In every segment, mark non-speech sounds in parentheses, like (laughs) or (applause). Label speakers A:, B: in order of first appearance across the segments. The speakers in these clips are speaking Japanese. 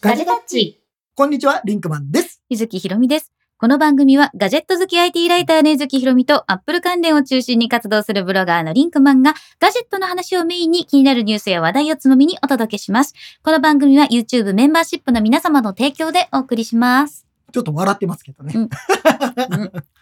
A: ガジェタッチ。こんにちは、リンクマンです。
B: ゆずきひろみです。この番組はガジェット好き IT ライターのゆずきひろみとアップル関連を中心に活動するブロガーのリンクマンがガジェットの話をメインに気になるニュースや話題をつまみにお届けします。この番組は YouTube メンバーシップの皆様の提供でお送りします。
A: ちょっと笑ってますけどね。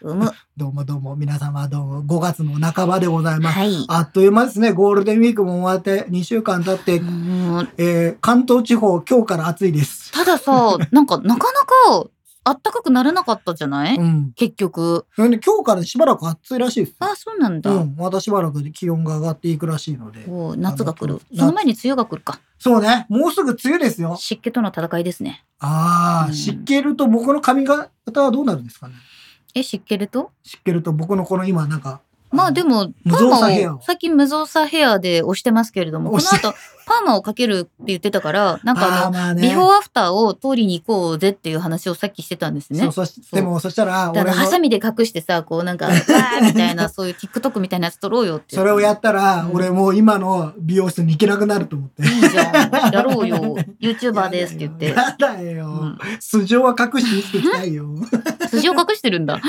B: うむ。
A: どうもどうも、皆様どうも、5月の半ばでございます。
B: はい。
A: あっという間ですね、ゴールデンウィークも終わって2週間経って、
B: うん
A: えー関東地方、今日から暑いです。
B: たださ、なんかなかなかあったかくならなかったじゃない、
A: うん。
B: 結局。
A: それで今日からしばらく暑いらしいですよ。
B: あ、そうなんだ。
A: うん、またしばらくで気温が上がっていくらしいので。
B: お夏が来る。
A: 夏
B: その前に梅雨が来るか。
A: そうね、もうすぐ梅雨ですよ。
B: 湿気との戦いですね。
A: ああ、
B: うん
A: 湿気ると僕の髪型はどうなるんですかね。
B: え、湿気ると
A: 湿気ると僕のこの今なんか。
B: まあで
A: も。
B: も、
A: 無
B: パー
A: 造作ヘア
B: マ
A: を
B: を、最近無造作ヘアで押してますけれども、この
A: 押して
B: 後、 (laughs) パーマをかけるって言ってたから、なん
A: あ
B: かあ
A: ー
B: の、
A: まあね、
B: ビフォーアフターを通りに行こうぜっていう話をさっきしてたんですね。
A: そうそしでもそしたら
B: だ
A: 俺
B: から
A: の
B: ハサミで隠してさ、こ
A: (laughs)
B: うなんか、わーみたいな、そういう TikTok みたいなやつ撮ろうよって。
A: それをやったら、
B: うん
A: 俺もう今の美容室に行けなくなると思って。
B: いいじゃん。やろうよ。YouTuber ですって言って。
A: やだよ。
B: うん
A: 素性は隠して生きていきたいよ。
B: (laughs) 筋を隠してる
A: (laughs)
B: んだ。
A: 隠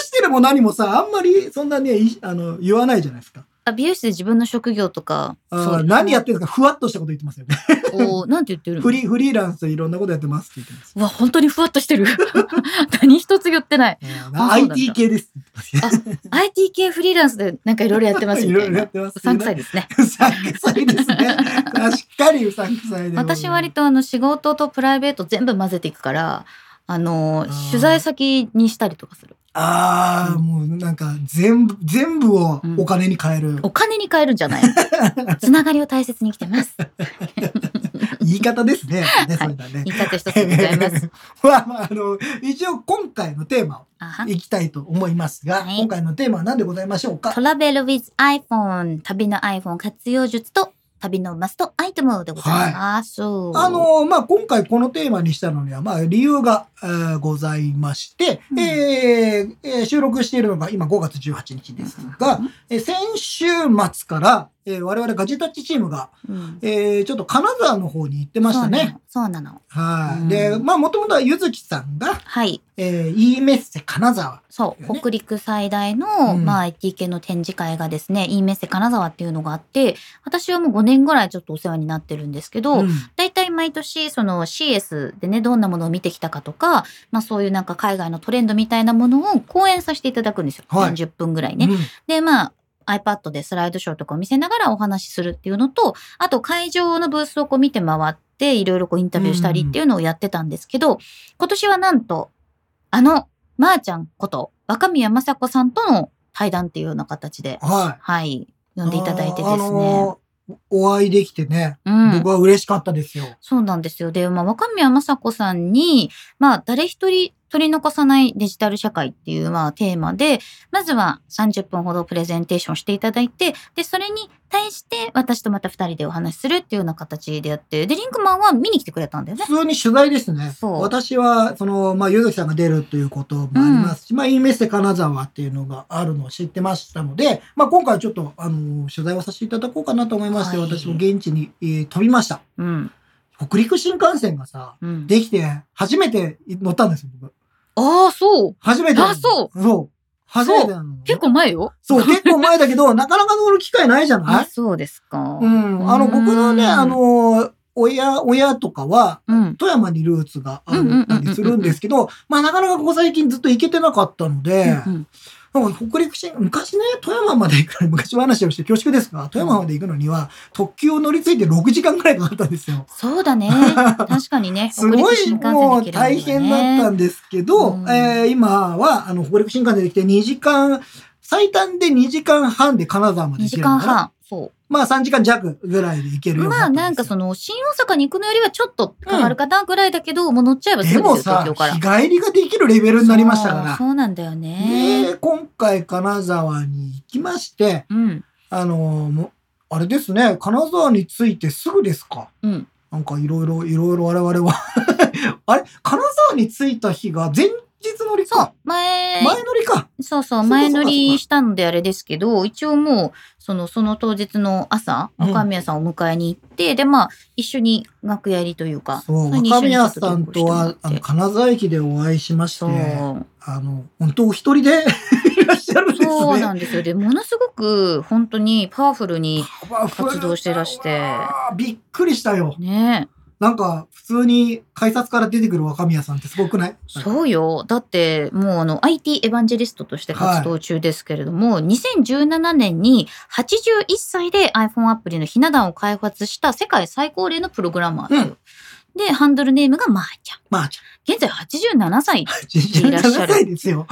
A: してるも何もさ、あんまりそんなね、いあの言わないじゃないですか。
B: あ美容室で自分の職業とか、
A: あー何や
B: っ
A: ってるんですかふわっとしたこと言ってますよね。
B: おなんて言ってる
A: フ
B: の
A: リー、フリーランスでいろんなことやってますって言ってます。
B: うわ、本当にふわっとしてる。 (laughs) 何一つ言ってない。あそうなんだ
A: IT 系ですって言ってますよ。
B: IT 系フリーランスでなんかいろいろやってます
A: い
B: み
A: ろ
B: た
A: い
B: い
A: ろや
B: な
A: っ。てます。
B: うさんくさいですね。
A: うさんくさいですね。しっかりうさんくさいで。
B: 私割。とあの仕事とプライベート全部混ぜていくから、あの
A: あー
B: 取材先にしたりとかする。
A: ああ、もうなんか全部、全部をお金に変える。
B: お金に換えるんじゃない。
A: (laughs)
B: つながりを大切に生きてます。
A: 言い方ですね。ね、それだね。
B: 言い方一つでございます。
A: (laughs) まあまあ、あの、一応今回のテーマ
B: あは
A: をいきたいと思いますが、
B: はい
A: 今回のテーマは何でございましょうか
B: トラベル with iPhone 旅の iPhone 活用術と旅のマストアイテムでございます。
A: あのまあ、今回このテーマにしたのには、まあ、理由が、えーございまして、
B: うん
A: えーえー収録しているのが今5月18日ですが、えー先週末から、えー我々ガジェタッチチームが、
B: うん、
A: えーちょっと金沢の方に行ってましたね。
B: そうなの。そうなの。
A: はい、
B: うん
A: で、まあ、もともとはゆずきさんが、
B: はい。
A: えー、E メッセ金沢。
B: そう、
A: よね
B: 北陸最大の、
A: うん
B: まあ、IT 系の展示会がですね、E メッセ金沢っていうのがあって、私はもう5年ぐらいちょっとお世話になってるんですけど、
A: うん
B: だいたい毎年、その CS でね、どんなものを見てきたかとか、まあそういうなんか海外のトレンドみたいなものを講演させていただくんですよ。
A: はい
B: 30分ぐらいね。
A: うん
B: で、まあ、iPad でスライドショーとかを見せながらお話しするっていうのと、あと会場のブースをこう見て回って、いろいろこうインタビューしたりっていうのをやってたんですけど、今年はなんと、あの、まー、ちゃんこと、若宮正子さんとの対談っていうような形で、
A: はい。
B: はい、呼んでいただいてですね。
A: あのーお会いできてね、
B: うん
A: 僕は嬉しかったですよ。
B: そうなんですよ。で、まあ、若宮正子さんに、まあ、誰一人取り残さないデジタル社会っていう、まあ、テーマで、まずは30分ほどプレゼンテーションしていただいて、で、それに対して、私とまた2人でお話しするっていうような形でやって、で、リンクマンは見に来てくれたんだよね。
A: 普通に取材ですね。
B: そう
A: 私は、その、まあ、ゆずきさんが出るということもありますし、まあ、インメッセ金沢っていうのがあるのを知ってましたので、まあ、今回ちょっと、あの、取材をさせていただこうかなと思いまして、
B: はい
A: 私も現地に、えー飛びました。
B: うん。
A: 北陸新幹線がさ、
B: うん、
A: できて、初めて乗ったんですよ、僕。
B: ああ、そう。
A: 初めて。。
B: あそう
A: そう。初めてなの。
B: 結構前よ。
A: そう、結構前だけど、なかなか乗る機会ないじゃな
B: あ、
A: い
B: そうですか。
A: うん。あの、
B: うん
A: 僕のね、あの、親、親とかは、
B: うん
A: 富山にルーツがあったりするんですけど、まあなかなかここ最近ずっと行けてなかったので、
B: うん
A: なんか北陸新、昔ね、富山まで行くのに、 (laughs) 昔話をして恐縮ですが、富山まで行くのには、特急を乗り継いで6時間くらいかかったんですよ。
B: そう
A: (laughs)
B: だね。確かにね。
A: すご
B: 北陸
A: い
B: 新幹線で
A: も
B: 行
A: う
B: けるんだよね
A: 大変だったんですけど、
B: うん
A: えー今はあの北陸新幹線で来て2時間、最短で2時間半で金沢まで
B: 2
A: 行け
B: 時
A: るの
B: 間
A: かな。
B: 半。そう。
A: まあ3時間弱ぐらいで行けるように
B: ま
A: っ
B: あ
A: た
B: なん
A: で
B: か
A: す
B: そ
A: よ
B: の新大阪に行くのよりはちょっとかかるかなぐらいだけど、もう乗っちゃえばすぐ
A: で
B: ですよ
A: もさ
B: 東京から。
A: 日帰りができるレベルになりましたから。
B: そうそうなんだよね。
A: で今回金沢に行きまして、
B: うん。
A: あのもうあれですね、金沢に着いてすぐですか。
B: うん。
A: なん (laughs) かいろいろ、いろいろ我々は。あれ金沢に着いた日が前日の乗り
B: そう
A: か。、前
B: 前、
A: 乗りか。
B: そう
A: そう
B: そう、
A: か
B: 前乗りしたのであれですけど、一応もう、その、その当日の朝、
A: うん
B: 若宮さんを迎えに行って、で、まあ、一緒に楽屋入りというか、
A: そう、
B: れに
A: 若宮
B: 一緒
A: さん
B: にち
A: と
B: ょっ同行
A: は
B: して
A: あ
B: も
A: の
B: らって
A: 金沢駅でお会いしまして、
B: そう。
A: あの本当お一人で (laughs) いらっしゃるんですね。
B: そうなんですよ。で、ものすごく、本当にパワフ
A: (laughs)
B: ルに、
A: パワフルだ
B: 活動してらして
A: わあびっくりしたよ。
B: ね
A: なんか普通に改札から出てくる若宮さんってすごくない？
B: そうよ。だって、もうあの、IT エヴァンジェリストとして活動中ですけれども、2017年に81歳で iPhone アプリのひな壇を開発した世界最高齢のプログラマーという。で、ハンドルネームがまーちゃん。
A: まあち
B: 現在87歳。
A: ゃん
B: らっ
A: 17
B: しゃる
A: 歳ですよ。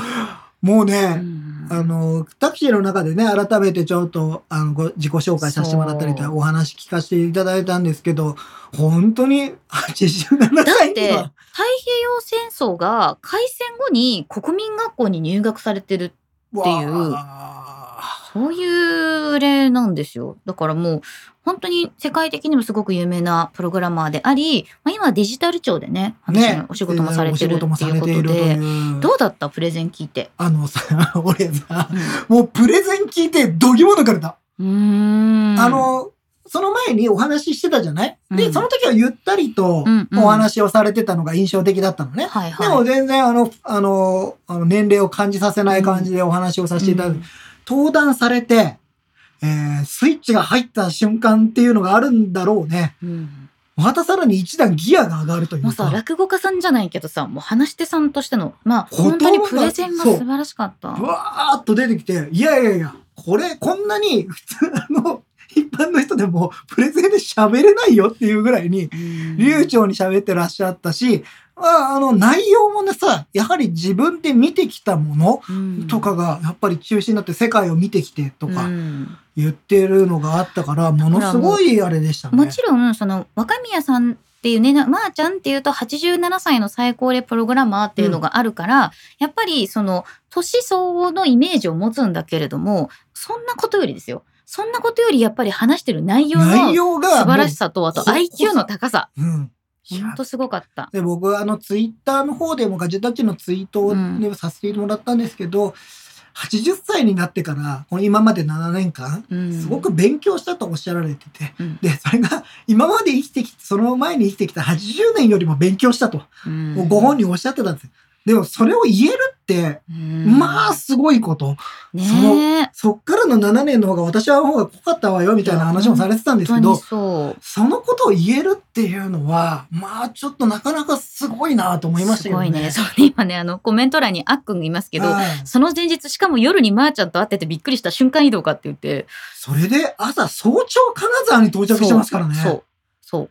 A: もう
B: う
A: ね、
B: ん
A: あのタクシーの中でね改めてちょっとあのご自己紹介させてもらったり
B: そ
A: と
B: う
A: お話聞かせていただいたんですけど、本当に87
B: だ
A: 歳
B: っ
A: に
B: て、太
A: は
B: 平洋戦争が開戦後に国民学校に入学されてる、ていう
A: わあ
B: そういう例なんですよ。だからもう、本当に世界的にもすごく有名なプログラマーであり、まあ、今はデジタル庁でね、私のお仕事もされてるっていうこと
A: お仕事もされている
B: で、
A: という
B: どうだったプレゼン聞いて。
A: あのさ、俺さ、
B: うん
A: もうプレゼン聞いてどぎも抜かれた。
B: うーん。
A: あ、の、その前にお話ししてたじゃない
B: う
A: で、
B: ん
A: その時はゆったりと
B: うんうん
A: お話をされてたのが印象的だったのね。
B: はいはい。
A: でも全然あの、あの、あの年齢を感じさせない感じでお話をさせていただ
B: う
A: く
B: ん。
A: 登壇されて、えースイッチが入った瞬間っていうのがあるんだろうね。
B: うん
A: またさらに一段ギアが上がるとい
B: もう
A: う
B: さ、
A: か。
B: 落語家さんじゃないけどさ、もう話し手さんとしての、まあ、
A: 言葉
B: 本当にプレゼンが素晴らしかった。
A: ぶわーっと出てきて、いやいやいや、これ、こんなに普通の一般の人でもプレゼンで喋れないよっていうぐらいに、
B: うん
A: 流暢に喋ってらっしゃったし、まあ、あの、内容もねさ、やはり自分で見てきたもの
B: うん
A: とかが、やっぱり中心になって世界を見てきてと
B: う
A: か
B: ん
A: 言ってるのがあったから、ものすごいあれでしたね。
B: もちろんその若宮さんっていうねなまー、ちゃんっていうと87歳の最高齢プログラマーっていうのがあるから、やっぱりその年相応のイメージを持つんだけれどもそんなことよりですよそんなことよりやっぱり話してる内容
A: 内
B: の
A: 容が、
B: 素晴らしさとあと
A: ここ
B: IQ の高さ
A: もう。うん。い
B: ほ
A: や
B: んとすごかった。
A: で僕はあのツイッターの方でもガジェタッチのツイートを、ねさせてもらったんですけど80歳になってからこの今まで7年間
B: うん
A: すごく勉強したとおっしゃられてて、
B: うん
A: でそれが今まで生きてきてその前に生きてきた80年よりも勉強したと、
B: うん
A: ご本人おっしゃってたんですよでもそれを言えるって、
B: うん
A: まあすごいこと
B: ねえ
A: そっからの7年の方が私は方が濃かったわよみたいな話もされてたんです
B: 本
A: け
B: 当に
A: ど
B: そう
A: そのことを言えるっていうのは、まあちょっとなかなかすごいなと思いましたけ
B: す
A: ど
B: ご
A: ね。
B: いね。そうね今ねあのコメント欄にあっくんがいますけど、
A: はい
B: その前日しかも夜にまーちゃんと会っててびっくりした瞬間移動かって言って
A: それで朝早朝金沢に到着してますからね。
B: そうそう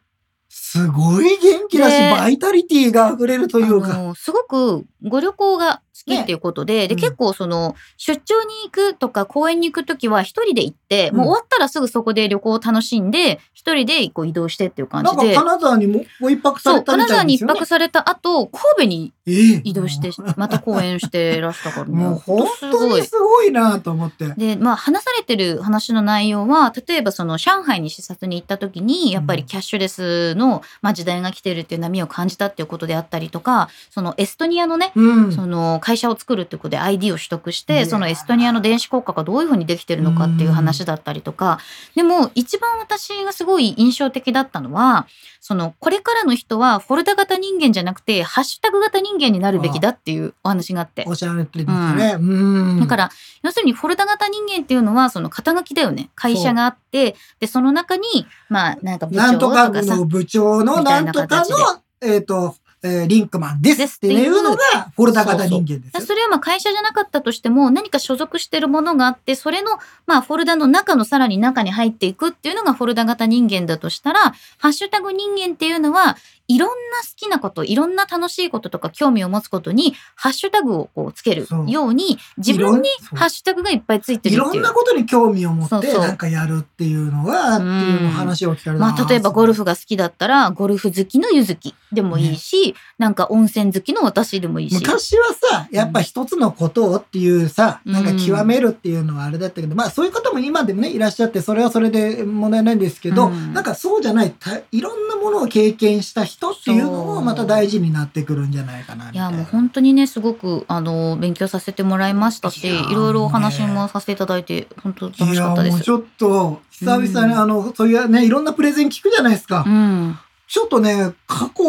A: すごい元気だし、
B: ね
A: バイタリティが溢れるという
B: あ
A: か。
B: のすごくご旅行が好きっていうことで,、
A: う
B: で
A: ん
B: 結構その出張に行くとか公園に行く時は一人で行って、
A: うん
B: もう終わったらすぐそこで旅行を楽しんで一人でこう移動してっていう感
A: な
B: じ
A: んか
B: で。
A: 金沢にももう一泊さ
B: そ
A: れ
B: う
A: た
B: 金
A: みた
B: 沢
A: いで
B: に
A: す
B: 一
A: よね
B: 泊。された後神戸に
A: ええ
B: 移動してまた公演してらしたからね
A: (laughs) もう
B: ほん
A: 本
B: とす
A: 当
B: ごい
A: にすごいなと思って。
B: で、まあ、話されてる話の内容は、例えばその上海に視察に行った時に、やっぱりキャッシュレスの、まあ、時代が来てるっていう波を感じたっていうことであったりとか、そのエストニアのね、
A: うん。
B: その会社を作るっていうことで ID を取得し
A: いや
B: て、
A: ー
B: そのエストニアの電子効果がどういうふうにできてるのかっていう話だったりとか、でも一番私がすごい印象的だったのは、そのこれからの人はフォルダ型人間じゃなくて、ハッシュタグ型人間になるべきだっていうお話があって。
A: おっしゃられてるんですね。うん。
B: だから、要するにフォルダ型人間っていうのは、その肩書きだよね。会社があって、で、その中に、まあ、なんか部
A: な
B: 長
A: ん
B: と
A: とか
B: かさ
A: の、部長の
B: みた
A: ないん
B: な
A: とか
B: 形で
A: の、えっ、と、えーリンクマンです
B: です
A: っ
B: ってていう
A: いうのがフォルダ型人間ですよ。
B: それはまあ会社じゃなかったとしても、何か所属してるものがあって、それの、まあ、フォルダの中のさらに中に入っていくっていうのがフォルダ型人間だとしたら、ハッシュタグ人間っていうのは、いろんな好きなこと、いろんな楽しいこととか興味を持つことに、ハッシュタグをこうつける
A: そう
B: ように、自
A: いろ
B: 分
A: ん
B: に
A: そう
B: ハッシュタグがいっぱいついて
A: い
B: る
A: ろ
B: ってい
A: ん
B: う
A: な。ことに興味を持
B: そ
A: っ
B: う
A: て
B: そう
A: なんかやるっていうのがっていうのを話を聞かれた
B: まあ、例えばゴル
A: フ
B: フが好きだったら、ゴルフ好きのゆずきでもいいし、なんか温泉好きの私でもいいし。
A: 昔はさやっぱ一つのことをっていうさ、
B: うん
A: なんか極めるっていうのはあれだったけどまあそういう方も今でもねいらっしゃってそれはそれで問題ないんですけど、
B: うん
A: なんかそうじゃないたいろんなもものを経験した人っていうのもまた大事になってくるんじゃないかなみ
B: い
A: たい
B: や
A: な。
B: もう本当にねすごくあの勉強させてもらいました
A: い
B: し
A: やー
B: いろいろお話もさせていただいて本当楽しかったで
A: いやもう
B: す
A: ち。ょっと久々に
B: うん
A: あの、そういうねいろんなプレゼン聞くじゃないですか、
B: うん、
A: ちょっとね過去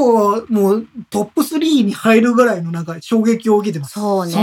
A: もうトップ3に入るぐらいのなんか衝撃を受けてます
B: そうね
A: の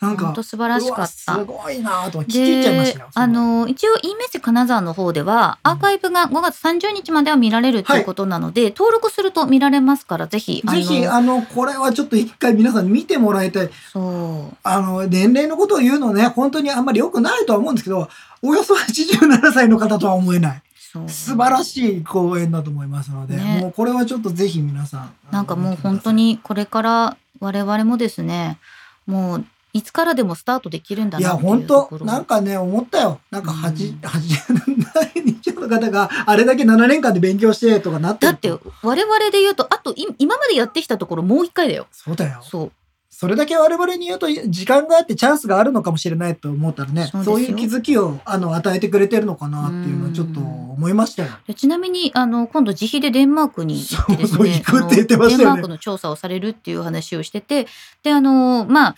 A: なん
B: 本
A: か
B: 当素晴らしかった
A: うわす。ごいなと聞き入っちゃいまし
B: で
A: たよ、
B: あの一応 e メッセ金沢の方では
A: うん
B: アーカイブが5月30日までは見られるということなので、登録すると見られますからぜひ
A: ぜひ
B: あの
A: あのこれはちょっと一回皆さん見てもらいたい
B: そう
A: あの年齢のことを言うのね本当にあんまり良くないとは思うんですけどおよそ87歳の方とは思えない
B: そう
A: 素晴らしい公演だと思いますので、
B: ね
A: もうこれはちょっとぜひ皆さん
B: なんかもう本当
A: に
B: にこれから我々もですねもういつからでもスタートできるんだ
A: いや
B: なってい
A: 本
B: うと
A: 当
B: ころ
A: なんかね思ったよなんか
B: う
A: 8
B: ん
A: 80人の方があれだけ7年間で勉強してとかなって
B: だ
A: る
B: って我々で言うとあとい今までやってきたところもう一回だよ
A: そうだよ
B: そう
A: それだけ我々に言うと時間があってチャンスがあるのかもしれないと思ったらね
B: そ
A: そうう
B: ですよ
A: いう気づきをあの与えてくれてるのかなっていうのはちょっと思いましたよ。
B: でちなみにあの今度自費でデンマークに行ってです
A: そうそう
B: ね
A: 行くって言ってましたよね
B: あのデンマークの調査をされるっていう話をしててであのまあ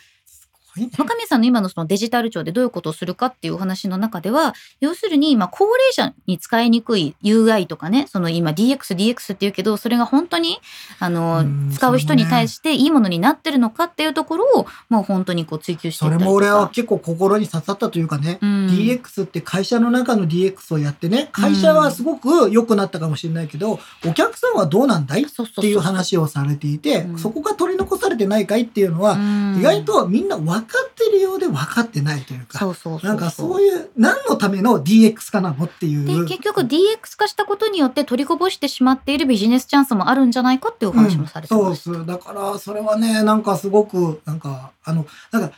A: はい
B: 若宮さんの今のそのデジタル庁でどういうことをするかっていうお話の中では要するに今高齢者に使いにくい UI とかねその今 DXDX っていうけどそれが本当にあの
A: うん
B: 使う人に対していいものになってるのかっていうところをもう本当にこう追求して
A: そ
B: い
A: れ
B: ったりとか
A: も俺は結構心に刺さったというかね、
B: うん
A: DX って会社の中の DX をやってね会社はすごく良くなったかもしれないけど、お客さんはどうなんだいっ
B: そうそうそう
A: ていう話をされていて、
B: うん
A: そこが取り残されてないかいっていうのは、
B: うん
A: 意外とみんな分かってるようで分かってないというか。
B: そうそうそうそう
A: なんかそういう何のための DX かなのっていう
B: で結局 DX 化したことによって取りこぼしてしまっているビジネスチャンスもあるんじゃないかっていうお話もされて
A: そう
B: ま。
A: ですすだからそれはねなんかすごくなんかあのなんか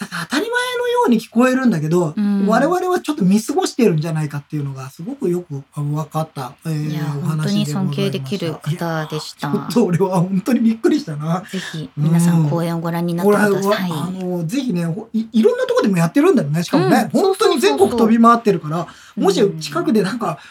A: なんか当たり前のように聞こえるんだけど、
B: うん
A: 我々はちょっと見過ごしてるんじゃないかっていうのがすごくよくあの分かった、えー
B: いや
A: お
B: 本当
A: 話
B: に
A: でござい
B: 尊
A: ました
B: 敬できる方でした
A: いやちょっと俺は本当にびっくりしたな。
B: ぜひ皆さ
A: うんん
B: 講演をご覧になっ
A: こ
B: て
A: れ
B: く
A: は
B: ださい。
A: あのぜひねほいいろんなとこでもやってるんだよねしかもね、
B: うん
A: 本当に
B: そうそうそうそう
A: 全国飛び回ってるからも
B: うん
A: し近くでなんか「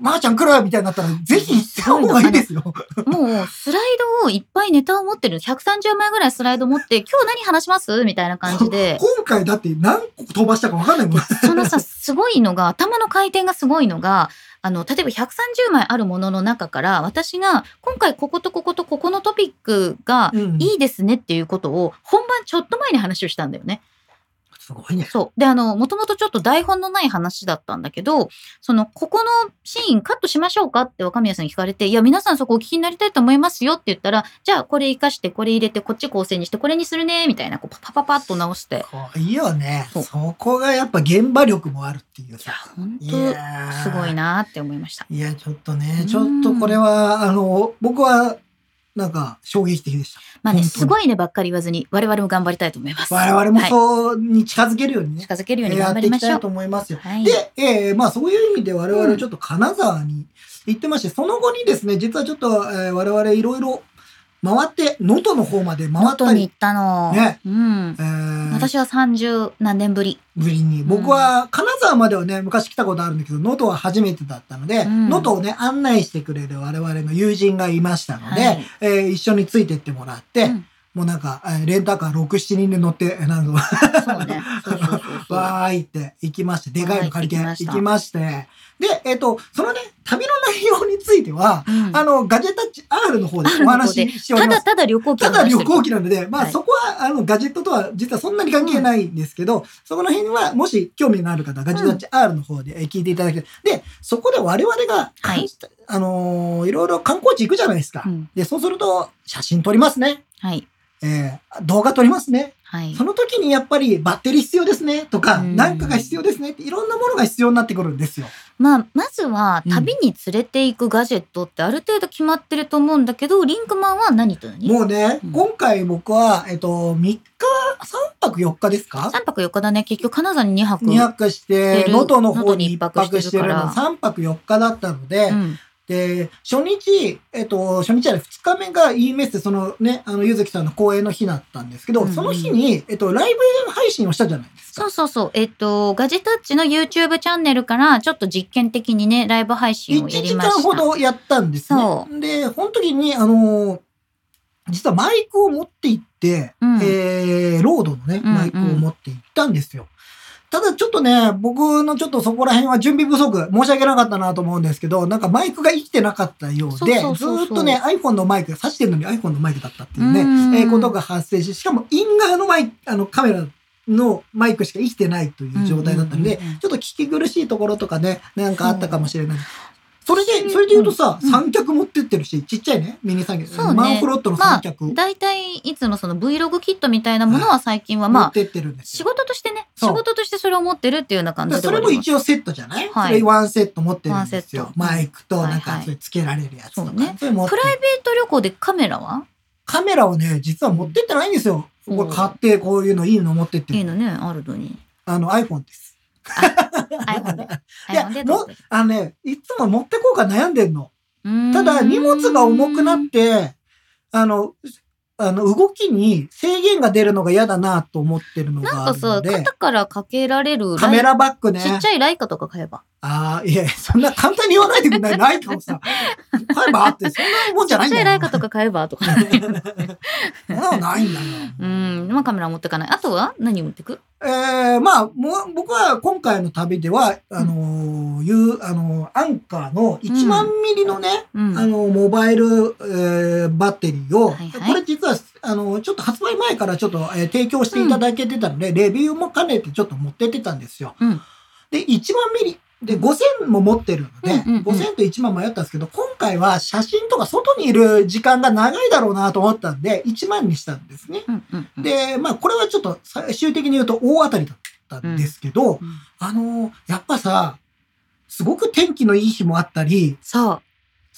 A: まー、ちゃん来る!」みたいになったらぜひ行った方がいいですよ。
B: もうスライドをいっぱいネタを持ってる130枚ぐらいスライド持って今日何話しますみたいな感じ
A: (laughs)
B: で
A: 今回だって何個飛ばしたか分かんないもん。
B: そのさすごいのが頭の回転がすごいのがあの例えば130枚あるものの中から私が今回こことこことここのトピックが
A: うん
B: いいですねっていうことを本番ちょっと前に話をしたんだよね。
A: すごいね。
B: そう。で、あの、もともとちょっと台本のない話だったんだけど、その、ここのシーンカットしましょうかって若宮さんに聞かれて、いや、皆さんそこお聞きになりたいと思いますよって言ったら、じゃあこれ活かして、これ入れて、こっち構成にして、これにするね、みたいな、こう、パパパパッと直して。
A: こういいよね
B: そう
A: そこがやっぱ現場力もあるっていう
B: いや
A: さ。、
B: 本
A: い
B: 当
A: や
B: すごい。なって思いました。
A: いや、ちょっと
B: うん
A: ね、ちょっとこれは、あの、僕は、なんか、衝撃的でした。
B: まあね、
A: 本当に
B: すごいねばっかり言わずに、我々も頑張りたいと思います。
A: 我々も
B: は
A: そうに近づけるように
B: い
A: ね、
B: 近づけるように
A: や
B: 頑
A: っ
B: 張
A: て
B: り
A: い
B: ま
A: き
B: し
A: たい
B: ょ
A: うと。思いますよ。
B: はい。
A: で、えーまあそういう意味で我々
B: う
A: は
B: ん
A: ちょっと金沢に行ってまして、その後にですね、実はちょっと、えー我々いろいろ回って、能登の方まで回
B: ノー
A: っ
B: ト
A: た
B: に
A: り
B: 行、ったの。
A: ね
B: うん。
A: えー
B: 私は30何年ぶり。
A: ぶりに僕は金沢まではね昔来たことあるんだけど能登は初めてだったので
B: うん
A: 能登、をね案内してくれる我々の友人がいましたので、
B: はい
A: えー一緒についてってもらって、
B: うん
A: もうなんかえーレンタカー67人で乗ってなんか
B: そうね。そうそうそう (laughs) そ
A: (laughs)
B: う。
A: わーいって行きましてでかいの借りて
B: わーいって行
A: 行
B: き
A: きましてで、えっとそのね旅の内容については、
B: うん
A: あのガジェタッチ R の方でお話ししており
B: た
A: ます
B: だ。ただ旅行機
A: ただ旅行機
B: だ。
A: なので、まあ
B: はい
A: そこは、あの、ガジェットとは実はそんなに関係ないんですけど、そこの辺は、もし興味のある方は、ガジェタッチ R の方でえー聞いていただけて、で、そこで我々が感じた、あのーいろいろ観光地行くじゃないですか。
B: うん
A: で、そうすると、写真撮りますね。
B: はい。
A: えー動画撮りますね。
B: はい
A: そ。の時にやっぱりバッテリー必要ですねとか、
B: うん
A: なんかが必要ですねって、いろんなものが必要になってくるんですよ。
B: まあ、まずは
A: うん
B: 旅に連れていくガジェットってある程度決まってると思うんだけど、リンクマンは何と何
A: もうね、
B: うん
A: 今回僕は、えっと、3日、3泊4日ですか
B: ?3 泊4日だね。結局金沢に2泊。
A: 2泊し
B: して
A: て
B: る
A: 能登の方に1泊してる
B: 能
A: の
B: 登に一泊してるから
A: 3泊4日だったので、
B: うん
A: で、初日、えっと、初日じゃない、2日目が EMS で、そのね、あの、ゆずきさんの公演の日だったんですけど、
B: うん
A: その日に、えっと、ライブ配信をしたじゃないですか。
B: そうそうそう。えっと、ガジタッチの YouTube チャンネルから、ちょっと実験的にね、ライブ配信
A: 1
B: をや
A: 時
B: りました。
A: 間ほどやったんですね
B: そ。
A: で、この時に、あのー実はマイクを持って行って、
B: うん
A: えー、ロードのね、
B: うんうん
A: マイクを持って行ったんですよ。ただちょっとね、僕のちょっとそこら辺は準備不足、申し訳なかったなと思うんですけど、なんかマイクが生きてなかったようで、
B: そうそうそうそう
A: ずーっとね、iPhone のマイク、挿してるのに iPhone のマイクだったっていうね、
B: うん
A: えーことが発生し、しかもイン側のマイク、あのカメラのマイクしか生きてないという状態だったので、
B: うんうんうんうん
A: ちょっと聞き苦しいところとかね、なんかあったかもしれない。それ
B: そ
A: で、
B: う
A: それで言うとさ、
B: うん
A: 三脚持ってってるし、ちっちゃいね、ミニ三脚。
B: そうね
A: マンフロットの三脚を
B: だいたいいつもその Vlog キットみたいなものは最近は
A: 持
B: ま
A: っ
B: あ、
A: てってるんです
B: 仕
A: よ。
B: 事としてね、仕
A: そう
B: 事としてそれを持ってるっていうような感
A: だか
B: じ
A: ら
B: で
A: そ
B: はあ
A: れ
B: り
A: も
B: ます。
A: 一応セットじゃない、
B: はい
A: それワンセット持ってるんです
B: ワン
A: よ
B: セッ。ト
A: マイクと、なん
B: はい
A: か
B: はい
A: それつけられるやつとか、
B: そうね
A: それ持って
B: プライベート旅行でカメラは
A: カメラをね、実は持ってってないんですよ。
B: うん
A: これ買って、こういうのいいの持ってってる
B: いいのね、アルドに。
A: あの iPhone です。いやも
B: iPhone で。iPhone で撮ってる。
A: (laughs) あのね、いつも持ってこうか悩んでんの。
B: うーん
A: ただ、荷物が重くなって、あの、あの、動きに制限が出るのが嫌だなと思ってるの
B: なん
A: があ
B: か
A: るの
B: さ、
A: で、
B: 肩からかけられるライ
A: カメラバッグね。
B: ちっちゃいライカとか買えば。
A: ああ、いやいやそんな簡単に言わないでくんない。ライカをさ、買えばあって、そんなもんじゃないん
B: ちっちゃ
A: だ
B: い
A: よ。
B: ライカとか買えば
A: (laughs)
B: とか。
A: そんなのないんだよ。
B: うん、まあカメラ持ってかない。あとは何持ってく
A: えー、まあ、もう、僕は今回の旅では、あのー、いう、あのーアンカーの1万ミリのね、
B: うん。
A: あの、モバイル、えーバッテリーを、
B: はいはい
A: これ実は、あの、ちょっと発売前からちょっと、えー提供していただけてたので、レビューも兼ねてちょっと持ってってたんですよ。
B: うん
A: で、1万ミリ。で、5000も持ってるので、
B: うんうんうん
A: 5000と1万迷ったんですけど、今回は写真とか外にいる時間が長いだろうなと思ったんで、1万にしたんですね。
B: うんうんうん、
A: で、まあ、これはちょっと最終的に言うと大当たりだったんですけど、
B: うん
A: あの、やっぱさ、すごく天気のいい日もあったり、
B: そう。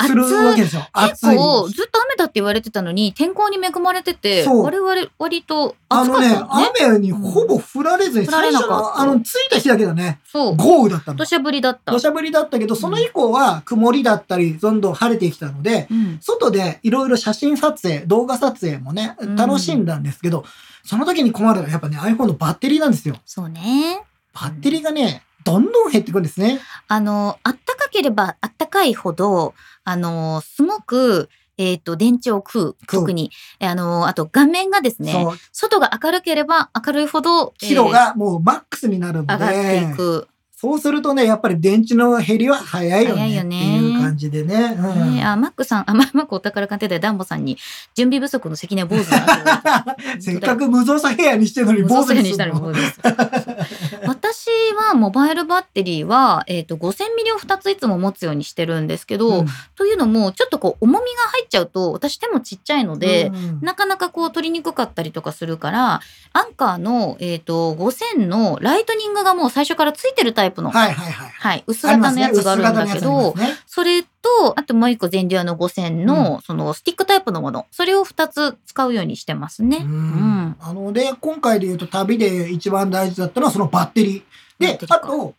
A: するわけですよ。
B: 結
A: 暑い。
B: 構ずっと雨だって言われてたのに天候に恵まれてて
A: そう
B: 我々割と
A: あ
B: 暑か
A: の
B: っ
A: ね
B: たのね
A: 雨にほぼ降られずに、
B: うん降ら
A: 最
B: れなか
A: 初
B: った
A: の、あの、着いた日だけだね、
B: そう
A: 豪雨だったの
B: 土。砂降りだった
A: 土、砂降りだったけど、その以降は曇りだったり、どんどん晴れてきたので、
B: うん、
A: 外でいろいろ写真撮影、動画撮影もね
B: うん、
A: 楽しんだんですけど、その時に困るのはやっぱね、iPhone のバッテリーなんですよ。
B: そうね
A: バッテリーがね、どんどん減っていくんですね。
B: あのあったかければあったかいほどあのすごくえっ、と電池を食う
A: 食う
B: 特にえあのあと画面がですね
A: そう、
B: 外が明るければ明るいほど
A: キロがもうマックスになる
B: えー
A: の
B: 上がって
A: で
B: い、く、
A: そうするとね、やっぱり電池の減りは早いよ
B: 早い
A: ね
B: よ
A: って
B: ね
A: いう感じでね。うん
B: ねあマックさんあママックお宝鑑定でダンボさんに準備不足の関根坊主だなと
A: (laughs)
B: 思って
A: せっかく無造作部屋にしてるのに
B: 無
A: 坊
B: 造
A: 主
B: 作
A: に
B: に
A: し
B: したた
A: の
B: らもうです。
A: (laughs)
B: 私はモバイルバッテリーは、えっと5000ミリを2ついつも持つようにしてるんですけど、
A: うん
B: というのもちょっとこう重みが入っちゃうと私手もちっちゃいので、
A: うん
B: なかなかこう取りにくかったりとかするからアンカーの、えっと5000のライトニングがもう最初からついてるタイプの、
A: はいはいはい。
B: はい、薄型のやつがあるん
A: ありま
B: だけど、
A: すね薄型のやつありますね
B: それと、あともう一個全粒の5000の、そのスティックタイプのもの。それを2つ使うようにしてますね。
A: う
B: うん
A: ん。あの、で、今回で言うと旅で一番大事だったのはそのバッテリー。
B: バッ
A: で
B: テリー、か
A: あと、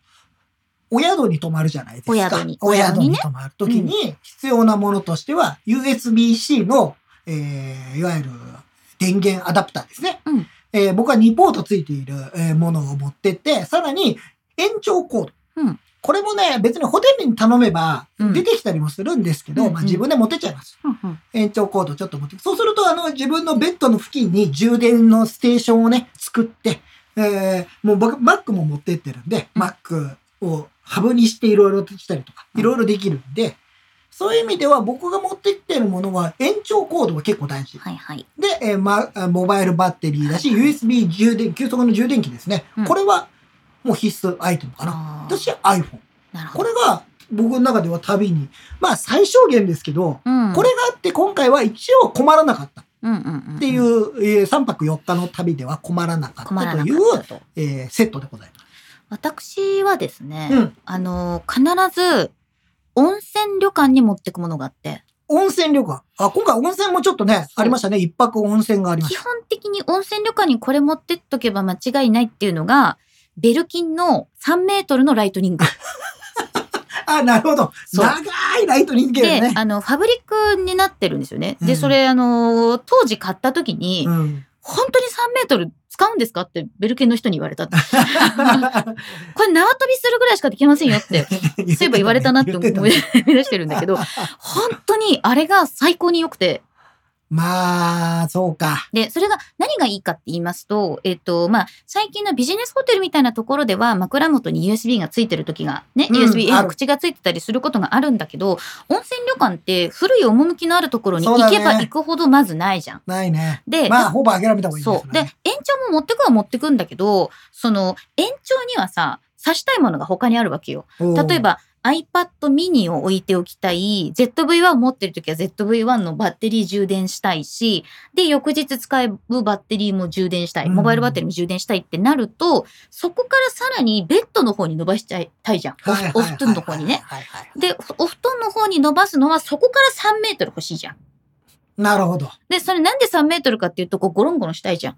A: お宿に泊まるじゃないですか。
B: お宿に
A: お宿
B: お宿にね
A: に泊まるときに必要なものとしては、USB-C の、えー、いわゆる電源アダプターですね。
B: うん
A: えー僕は2ポートついているえーものを持ってって、さらに延長コード。
B: うん
A: これもね、別にホテルに頼めば
B: うん
A: 出てきたりもするんですけど、
B: うんうん
A: まあ自分で持ってっちゃいます。
B: うんうん
A: 延長コードちょっと持ってそうすると、あの、自分のベッドの付近に充電のステーションをね、作って、えー、もう僕、Mac も持ってってるんで、
B: うん
A: Mac をハブにしていろいろとしたりとか、
B: うん
A: いろいろできるんで、そういう意味では僕が持ってきてるものは延長コードが結構大事。
B: はいはい。
A: で、えーま、あモバイルバッテリーだし、
B: はい
A: USB 充電、急速の充電器ですね。
B: うん
A: これはもう必須アイテムかな。
B: あー
A: 私は iPhone。
B: なるほ
A: こ
B: ど。
A: れが僕の中では旅に、まあ最小限ですけど、
B: うん
A: これがあって今回は一応困らなかったっ
B: うんうんん
A: ていう、えー3泊4日の旅では困らなか
B: 困
A: っ
B: ら
A: たと
B: な
A: いう、
B: かったと。
A: えーセットでございます。
B: 私はですね、
A: うん
B: あの、必ず温泉旅館に持ってくものがあって、
A: 温泉旅館。あ、今回温泉もちょっとね、ありましたね。一泊温泉がありま
B: 基
A: した。
B: 本的に温泉旅館にこれ持ってっとけば間違いないっていうのが、ベルキンの3メートルのライトニング。
A: あ、なるほど。
B: そう
A: 長いライトニングゲーム
B: で
A: ね。
B: あのファブリックになってるんですよね。
A: う
B: で
A: ん
B: それあの当時買った時に、
A: (laughs) うん、
B: 本当に3メートル使うんですかってベルケンの人に言われたって。 (laughs) これ縄跳びするぐらいしかできませんよって、
A: そう
B: そういえ (laughs) ば言われたなって思い出してるんだけど、本当にあれが最高に良くて、
A: まあ、そうか。
B: で、それが何がいいかって言いますと、えっと、まあ、最近のビジネスホテルみたいなところでは、枕元に USB がついてる時が、ね、
A: うん
B: USB、
A: あ
B: が
A: る
B: 口がついてたりすることがあるんだけど、温泉旅館って古い趣のあるところに
A: そう
B: 行
A: だね
B: けば行くほどまずないじゃん。
A: ないね。
B: で、
A: まあ、ほぼ諦めた方がいい
B: そう。で、
A: れ
B: 延長も持ってくは持ってくんだけど、その、延長にはさ、刺したいものが他にあるわけよ。
A: ね
B: 例え、ば iPad mini を置いておきたい ZV-1 を持ってる時は ZV-1 のバッテリー充電したいしで翌日使うバッテリーも充電した
A: う
B: い
A: ん
B: モバイルバッテリーも充電したいってなると、そこからさらにベッドの方に伸ばしちゃいたいじゃん、
A: おーはいはい
B: お
A: はい
B: 布団の方にね。
A: はいはい
B: でお布団の方に伸ばすのはそこから3メートル欲しいじゃん。
A: なるほど。
B: でそれなんで3メートルかっていうとこうゴロンゴロンしたいじゃん。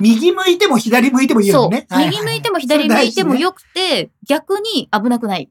A: 右向いても左向いてもいい
B: そ
A: よ
B: う、
A: ね。
B: 右向いても左向いてもよくて、逆に危なくない。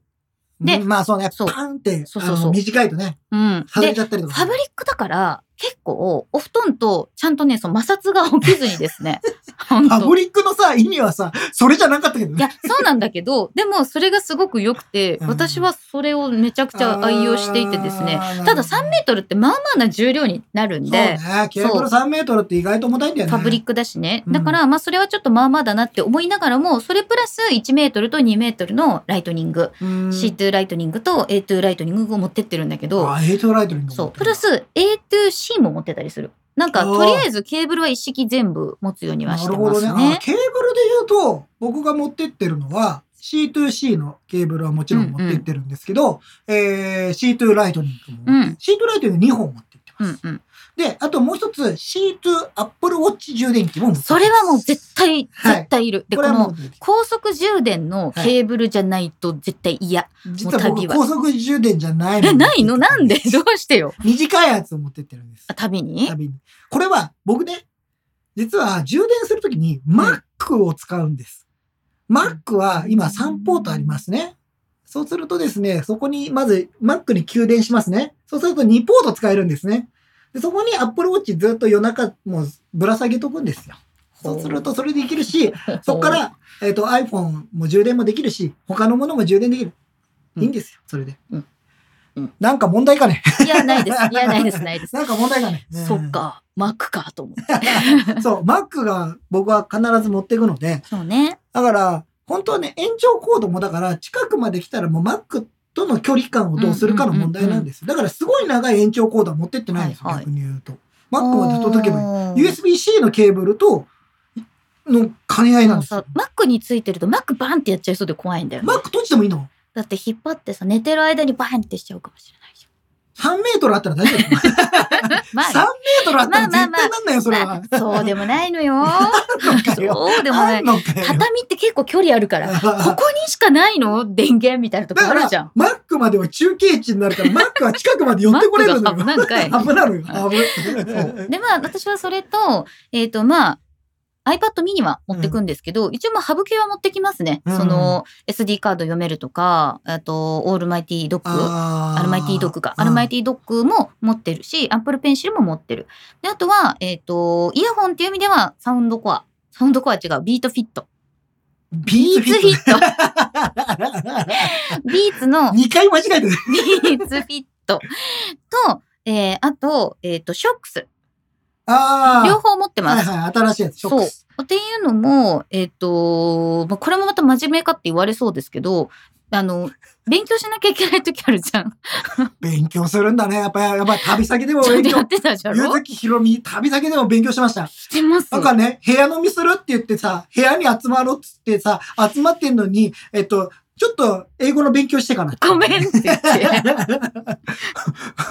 A: で、
B: で
A: うんまあそうね、
B: そう
A: パンって、
B: そうそうそう
A: あの短いとね、
B: うん。
A: 外れちゃったりとか。
B: ファブリックだから結構お布団とちゃんとねその摩擦が起きずにで
A: (laughs)
B: すね本
A: ファブ
B: 当
A: リックのさ、意味はさ、それじゃなかったけど
B: い
A: ね。
B: やそうなんだけどでもそれがすごく良くて
A: うん
B: 私はそれをめちゃくちゃ愛用していてですね
A: あー
B: ただ3メートルってまあまあな重量になるん
A: そう
B: で
A: ね。ケーブル3メートルって意外と重たいんだよね。
B: ファブリックだしね。
A: うん
B: だから、まあ、それはちょっとまあまあだなって思いながらも、それプラス1メートルと2メートルのライトニング、
A: うん
B: C2 ライトニングと A2 ライトニングを持ってってるんだけど、
A: あ、ヘイトライトに
B: そう。プラス A2C も持ってたりする。なんか、
A: おー
B: とりあえずケーブルは一式全部持つようにはしてます
A: なる
B: ね。
A: ほどね。あケーブルで言うと、僕が持ってってるのは、C2C のケーブルはもちろん持ってってるんですけど、えー、C2 ライトニングも、
B: うん
A: C2 ライトニング2本持ってって
B: う
A: ます。
B: んうん。
A: で、あともう一つ C2 Apple Watch 充電器も持ってます
B: それはもう絶対、
A: はい
B: 絶対いる。で、
A: こ
B: こ
A: れはも
B: の
A: う、
B: 高速充電のケーブルじゃないと絶対嫌。
A: 実は
B: もう
A: 僕
B: 旅は
A: 高速充電じゃないの
B: え、ないのなんでどうしてよ。
A: 短いやつを持ってってるんです
B: あ。旅に
A: 旅にこれは僕ね実は充電するときに Mac を使うんです、Mac は今3ポートありますねそうするとですねそこにまず Mac に給電しますねそうすると2ポート使えるんですねでそこに Apple Watch ずっと夜中もうぶら下げとくんですよそうするとそれできるしそこか、ら、えっと iPhone も充電もできるし他のものも充電できる
B: うん
A: いいんですよ、それで、
B: うんうん
A: なんか問題かね (laughs)
B: いや、ないです。いや、ないです、ないです。
A: なんか問題かね
B: (laughs) そっか、マックか、と思って。
A: そう、Mac が僕は必ず持っていくので、
B: そうね。
A: だから、本当はね、延長コードもだから、近くまで来たらもう Mac との距離感をどうするかの問題なんですよ。だから、すごい長い延長コードは持ってってないんですよ、
B: はいはい
A: 逆に言うと。Mac まで届けばい
B: ば
A: い。USB-C のケーブルとの兼ね合いなんです
B: さ
A: よ。、
B: マックについてるとマックバンってやっちゃいそうで怖いんだよね。
A: Mac 閉じてもいいの
B: だって引っ張ってさ、寝てる間にバンってしちゃうかもしれないよ。
A: ?3 メートルあったら大丈夫 ?3 メー
B: ま
A: (laughs)
B: あね
A: トルあったら絶対
B: まあまあまあ
A: なんないよ、それは。
B: まあそうでもないのよ。
A: あんのかよ。
B: そうでも
A: あ
B: なんい。
A: のかよ。
B: 畳って結構距離あるから。ここにしかないの電源みたいなとこ
A: だ
B: あ
A: か
B: るじゃ
A: ら
B: ん。、
A: マックまでは中継地になるから、マックは近くまで寄
B: マ
A: っ
B: ッ
A: てこれる
B: (laughs) ク
A: の
B: が
A: よ
B: 危。ないんかい。
A: 危なのよ。
B: はそう
A: 危
B: で、まあ私はそれと、えっ、とまあ、iPad mini は持ってくんですけど、一応まあハブ系は持ってきますね。
A: うん
B: その SD カード読めるとか、あとオールマイティドッグ。
A: あ
B: アルマイティドッグか。アルマイ
A: テ
B: ティドッグも持ってるし、アップルペンシルも持ってる。で、あとは、えっ、と、イヤホンっていう意味では、サウンドコア。サウンドコア違う。ビートフィット。
A: ィビ
B: ビーツフィット。ビーツの
A: (laughs) 二回間違えてる。
B: ビーツフィットと、えー、あと、えっ、と、ショックス。
A: ああ。
B: 両方持ってます。
A: はいはい、新しいやつ。ショックス。
B: っていうのも、えっ、と、まあ、これもまた真面目かって言われそうですけど、あの、勉強しなきゃいけない時あるじゃん。
A: 勉強するんだね。やっぱ、やっぱ旅先でも
B: ちょっ
A: 勉
B: とや
A: 強
B: っ。てたじゃ
A: ゆ
B: ろ
A: ずきひろみ、旅先でも勉強しました。
B: してます。
A: なんかね、部屋飲みするって言ってさ、部屋に集まろうっつってさ、集まってんのに、えっと、ちょっと英語の勉強してかな。
B: ごめんって言って。
A: (laughs) な